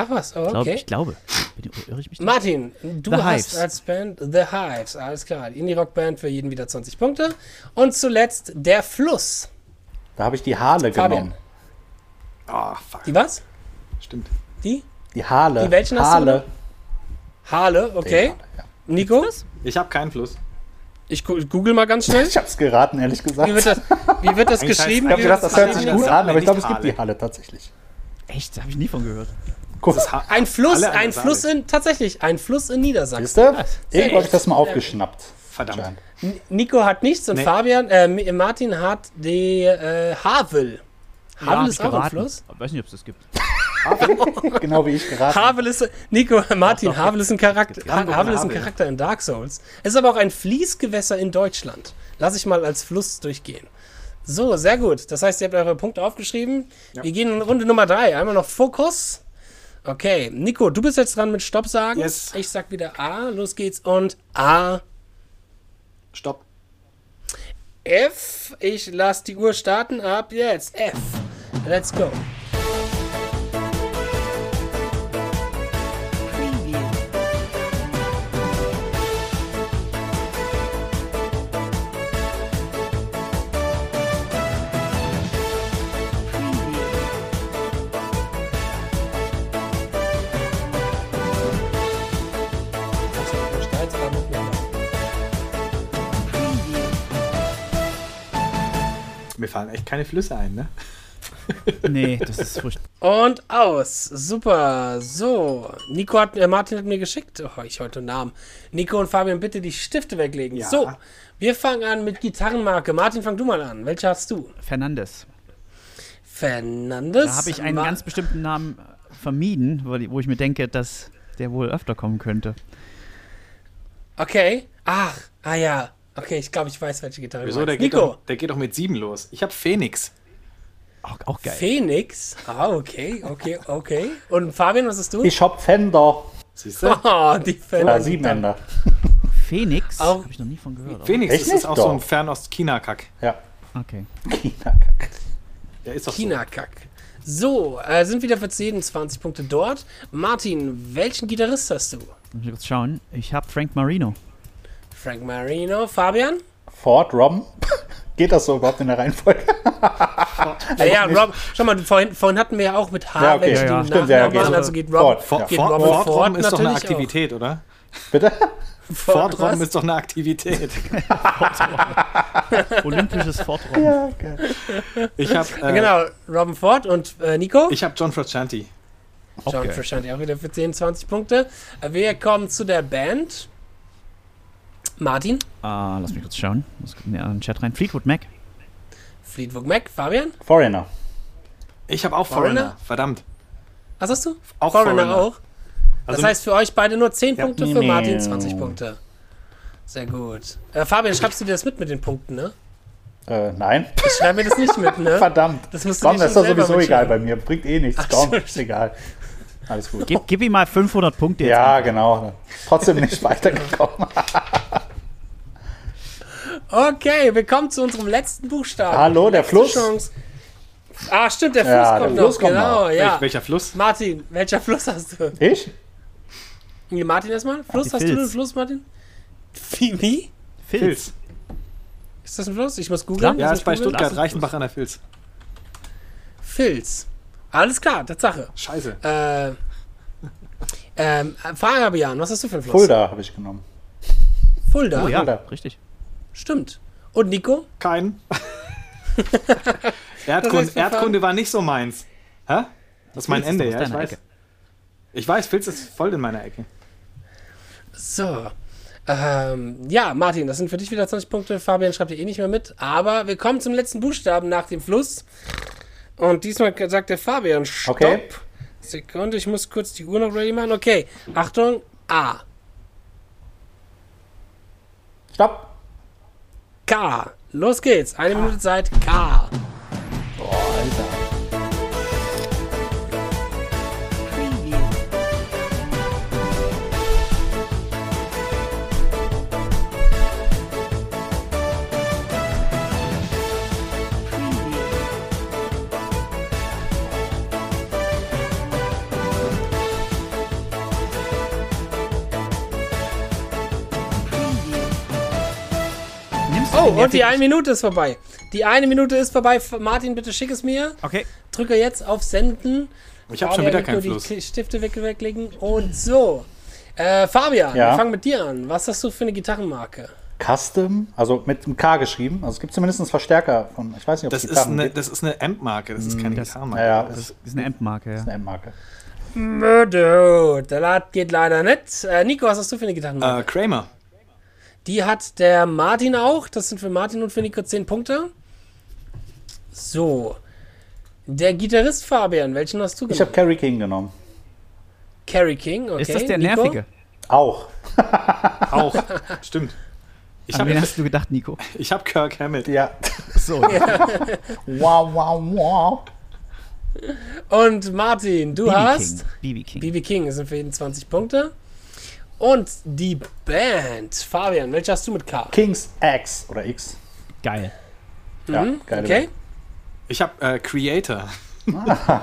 Ach was, oh, Glaub, okay. Ich glaube. Bin, irre ich mich da? Martin, du The hast Hives. als Band The Hives, alles klar. Die Indie-Rock-Band für jeden wieder 20 Punkte. Und zuletzt Der Fluss. Da habe ich die Harle Fabian. genommen. Ah, fuck. Die was? Stimmt. Die? Die Harle. Die welchen hast du Harle. Harle, okay. Ja. Nico, Ich hab keinen Fluss. ich gu- google mal ganz schnell. Ich hab's geraten, ehrlich gesagt. Wie wird das, wie wird das Eigentlich geschrieben? ich habe heißt- Wie wird gedacht, das das hört sich geschrieben? gut Harle, an, aber ich nicht glaube, es gibt Harle. die Halle tatsächlich. Echt? Da habe ich nie von gehört. Oh. Guck, Das ha Ein Fluss, Alle ein sagen Fluss es. in, tatsächlich, ein Fluss in Niedersachsen. siehst du? Irgendwo habe ich echt. das mal aufgeschnappt. Verdammt. Anscheinend. N- Nico hat nichts und Nee. Fabian, äh, M- Martin hat die äh, Havel. Havel hab ist ich auch ein geraten. Fluss? Ich weiß nicht, ob es das gibt. Genau wie ich geraten. Havel ist, Nico, Martin, Havel ist ein Charakter, Ja, Ha- Havel ist ein Havel. Charakter in Dark Souls. Es Ist aber auch ein Fließgewässer in Deutschland. Lass ich mal als Fluss durchgehen. So, sehr gut. Das heißt, ihr habt eure Punkte aufgeschrieben. Wir gehen in Runde Nummer drei. Einmal noch Fokus. Okay, Nico, du bist jetzt dran mit Stopp sagen. Yes. Ich sag wieder A, los geht's und A, Stopp. F. Ich lass die Uhr starten ab jetzt. F. Let's go. Mir fallen echt keine Flüsse ein, ne? Nee, das ist furchtbar. Und aus. Super. So. Nico hat, äh, Martin hat mir geschickt. Oh, ich heute Namen. Nico und Fabian, bitte die Stifte weglegen. Ja. So. Wir fangen an mit Gitarrenmarke. Martin, fang du mal an. Welche hast du? Fernandes. Fernandes. Da habe ich einen Ma- ganz bestimmten Namen vermieden, weil ich- wo ich mir denke, dass der wohl öfter kommen könnte. Okay. Ach. Ah ja. Okay, ich glaube, ich weiß, welche Gitarre du Wieso? Der meinst. geht, Nico. doch, der geht doch mit sieben los. Ich habe Phoenix. Auch, auch geil. Phoenix. Ah, okay. Okay, okay. Und Fabian, was hast du? Ich hab Fender. Äh, Siehst du? Oh, die Fender. Oder Siebenender. Phoenix? Auch- Habe ich noch nie von gehört. aber- Phoenix Echt ist, ist nicht? auch Doch. so ein Fernost-China-Kack. Ja. Okay. China-Kack. Der ist doch China-Kack. So, äh, sind wieder verzählt, 20 Punkte dort. Martin, welchen Gitarrist hast du? Muss ich kurz schauen. Ich habe Frank Marino. Frank Marino, Fabian? Ford Rom. Geht das so überhaupt in der Reihenfolge? Ja, Äh, ja, Rob, schau mal, du- vorhin, vorhin hatten wir ja auch mit H, Ja, okay, welche ja, ja. die Stimmt, Nachnamen ja, waren, ja, geht also so. geht so. Rob, Ford. For, geht For, Robert Ford, Ford Rom ist doch eine natürlich auch. Aktivität, oder? Bitte? Ford, Ford Rom was? ist doch eine Aktivität. Olympisches Fortron. Ich habe äh, Genau, Robin Ford und äh, Nico. ich hab John Frusciante. John okay. Frusciante auch wieder für 10, 20 Punkte. Äh, Wir kommen zu der Band. Martin, Ah, lass mich kurz schauen. Muss in den anderen Chat rein. Fleetwood Mac. Fleetwood Mac, Fabian. Foreigner. Ich habe auch Foreigner? Foreigner. Verdammt. Was hast du? Auch Foreigner. auch. Also- das heißt für euch beide nur 10 Ja. Punkte, für Martin Miau. 20 Punkte. Sehr gut. Äh, Fabian, schreibst du dir das mit mit den Punkten, ne? Äh, nein. Ich schreibe mir das nicht mit, ne? Verdammt. Das musst du Komm, dir das ist schon doch sowieso selber egal mitschreiben. bei mir. Bringt eh nichts. Ach Komm, so. ist egal. Alles gut. Oh. Gib, gib ihm mal 500 Punkte jetzt. Ja, genau. Trotzdem nicht weitergekommen. Okay, wir kommen zu unserem letzten Buchstaben. Hallo, der Fluss. Chance. Ah, stimmt, der Fluss Ja, der kommt Fluss noch. kommt genau, noch. ja. Welch, welcher Fluss? Martin, welcher Fluss hast du? Ich? Nee, Martin erstmal? Fluss, hast du Filz. einen Fluss, Martin? Wie? wie? Filz. Ist das ein Fluss? Ich muss googeln. Ja, Lass ist bei mich googeln. Stuttgart, Reichenbach an der Filz. Filz. Alles klar, Tatsache. Scheiße. Äh, ähm, Fabian, was hast du für einen Fluss? Fulda habe ich genommen. Fulda. Oh ja, Alter. richtig. Stimmt. Und Nico? Kein. Erdkunde, heißt, wir fahren- Erdkunde war nicht so meins. Hä? Das ist mein Filz ist Ende, doch aus ja, ich deiner weiß. Ecke. Ich weiß, Filz ist voll in meiner Ecke. So. Ähm, ja, Martin, das sind für dich wieder 20 Punkte. Fabian schreibt dir eh nicht mehr mit. Aber wir kommen zum letzten Buchstaben nach dem Fluss. Und diesmal sagt der Fabian, stopp. Okay. Sekunde, ich muss kurz die Uhr noch ready machen. Okay, Achtung, A, Stopp. K. Los geht's. Eine Minute Zeit, K. Boah, Alter. Nimmst du Oh, den und die nervigen- eine Minute ist vorbei. Die eine Minute ist vorbei. F- Martin, bitte schick es mir. Okay. Drücke jetzt auf Senden. Ich habe schon Fabian wieder wird keinen Ah, nur Fluss. Die Stifte weg, weglegen. Und so. Äh, Fabian, Ja. wir fangen mit dir an. Was hast du für eine Gitarrenmarke? Custom, also mit einem K geschrieben. Also es gibt zumindest einen Verstärker von, ich weiß nicht, ob Das es ist, Gitarren eine, gibt. das ist eine Amp-Marke, das ist keine das- Gitarrenmarke. Naja, Das ist ist eine Amp-Marke, ja. eine M-Marke. Mörder. Der Lad geht leider nicht. Äh, Nico, was hast du für eine Gitarrenmarke? Äh, Kramer. Äh. Die hat der Martin auch. Das sind für Martin und für Nico 10 Punkte. So. Der Gitarrist Fabian, welchen hast du Ich habe genommen? Carrie King genommen. Carrie King, okay. Ist das der Nico? nervige? Auch. Auch. Stimmt. Ich An wen habe hast du gedacht, Nico? ich hab Kirk Hammett. Ja. So, Wow, wow, wow. Und Martin, du BB hast. King. BB King. BB King, das sind für jeden 20 Punkte. Und die Band. Fabian, welche hast du mit K? King's X oder X. Geil. Ja, Mhm, geile okay. Ich habe äh, Creator.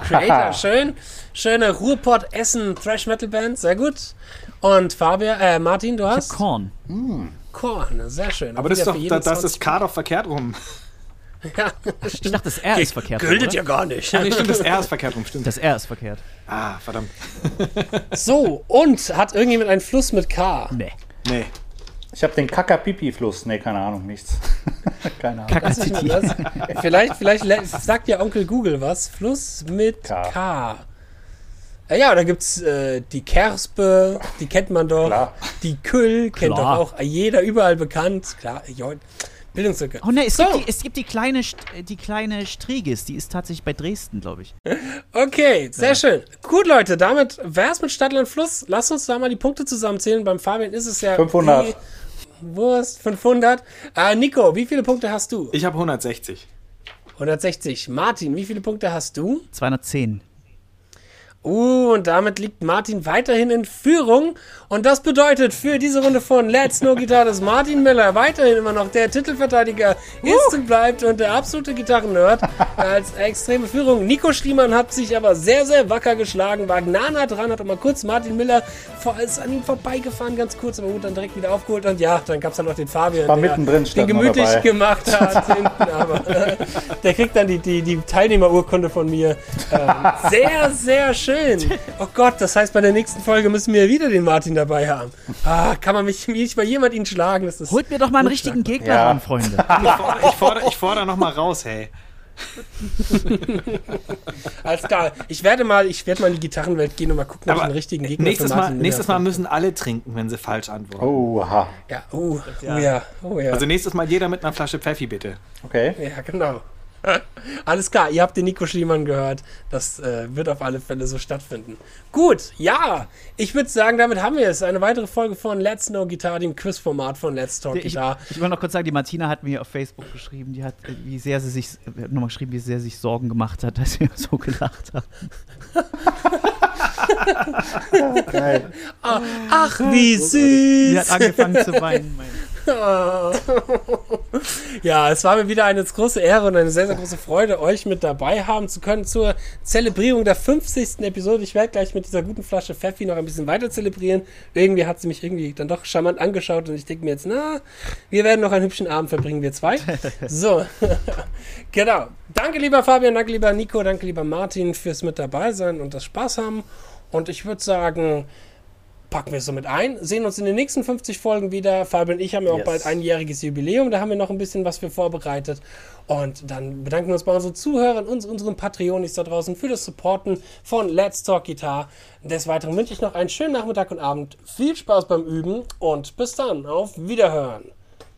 Creator, schön. Schöne Ruhrpott Essen Thrash Metal Band, sehr gut. Und Fabian, äh, Martin, du hast Korn. Korn, sehr schön. Aber das ist Wieder doch, für jeden da- das ist 20 K doch verkehrt rum. Ja, Ich dachte, das R ist verkehrt. Gültet oder? ja gar nicht. Nee, stimmt, das R ist verkehrt rum, stimmt. Das R ist verkehrt. Ah, verdammt. So, und hat irgendjemand einen Fluss mit K? Nee. Nee. Ich habe den Kakapipi-Fluss. Nee, keine Ahnung, nichts. keine Ahnung. Kakatiti. Das, vielleicht, vielleicht le- sagt ja Onkel Google was. Fluss mit K. K. Äh, Ja, da gibt's äh, die Kerspe, die kennt man doch. Klar. Die Küll kennt Klar. doch auch jeder überall bekannt. Klar, ja, Bildungslücke. Oh ne, es, so, gibt die, es gibt die kleine, St- die kleine Strigis, die ist tatsächlich bei Dresden, glaube ich. okay, sehr schön. Gut, Leute, damit wär's mit Stadtland Fluss. Lasst uns da mal die Punkte zusammenzählen. Beim Fabian ist es ja 500. eh Wurst, 500. Äh, Nico, wie viele Punkte hast du? Ich habe 160. 160. Martin, wie viele Punkte hast du? 210. Uh, und damit liegt Martin weiterhin in Führung. Und das bedeutet für diese Runde von Let's No Guitar, dass Martin Miller weiterhin immer noch der Titelverteidiger Uh. ist und bleibt und der absolute Gitarrennerd als extreme Führung. Nico Schliemann hat sich aber sehr, sehr wacker geschlagen, war nah dran, hat immer kurz Martin Miller vor, ist an ihm vorbeigefahren, ganz kurz, aber gut, dann direkt wieder aufgeholt. Und ja, dann gab es dann noch den Fabian, War mittendrin, den stand man gemütlich dabei. gemacht hat hinten, aber äh, der kriegt dann die, die, die Teilnehmerurkunde von mir. Ähm, sehr, sehr schön. Oh Gott, das heißt, bei der nächsten Folge müssen wir wieder den Martin dabei haben. Ah, kann man mich nicht mal jemand ihn schlagen? Das ist Holt mir doch mal einen richtigen Gegner Ja. ran, Freunde. Ah. Ich fordere, ich fordere, ich fordere nochmal raus, hey. alles klar. Ich werde mal, ich werde mal in die Gitarrenwelt gehen und mal gucken, ob ich Aber einen richtigen Gegner Nächstes für Mal, Martin Miller nächstes Mal habe. müssen alle trinken, wenn sie falsch antworten. Oha. Ja, oh, oh ja, oh ja. Also nächstes Mal jeder mit einer Flasche Pfeffi, bitte. Okay. ja, genau. Alles klar, ihr habt den Nico Schliemann gehört. Das äh, wird auf alle Fälle so stattfinden. Gut, ja, ich würde sagen, damit haben wir es. Eine weitere Folge von Let's Know Guitar, dem Quizformat von Let's Talk Ich, Guitar. ich will noch kurz sagen, die Martina hat mir auf Facebook geschrieben, die hat, äh, wie sehr sie sich, äh, hat nochmal geschrieben, wie sehr sie sich Sorgen gemacht hat, dass wir so gelacht haben. Geil. Ach, wie Die hat süß! angefangen zu weinen. Meine. Ja, es war mir wieder eine große Ehre und eine sehr, sehr große Freude, euch mit dabei haben zu können zur Zelebrierung der 50. Episode. Ich werde gleich mit dieser guten Flasche Pfeffi noch ein bisschen weiter zelebrieren. Irgendwie hat sie mich irgendwie dann doch charmant angeschaut und ich denke mir jetzt, na, wir werden noch einen hübschen Abend verbringen, wir zwei. So, genau. Danke, lieber Fabian, danke, lieber Nico, danke, lieber Martin fürs mit dabei sein und das Spaß haben. Und ich würde sagen, packen wir es somit ein. Sehen uns in den nächsten 50 Folgen wieder. Fabian und ich haben ja auch Yes. bald einjähriges Jubiläum. Da haben wir noch ein bisschen was für vorbereitet. Und dann bedanken wir uns bei unseren Zuhörern und unseren Patreonis da draußen für das Supporten von Let's Talk Guitar. Des Weiteren wünsche ich noch einen schönen Nachmittag und Abend. Viel Spaß beim Üben und bis dann. Auf Wiederhören.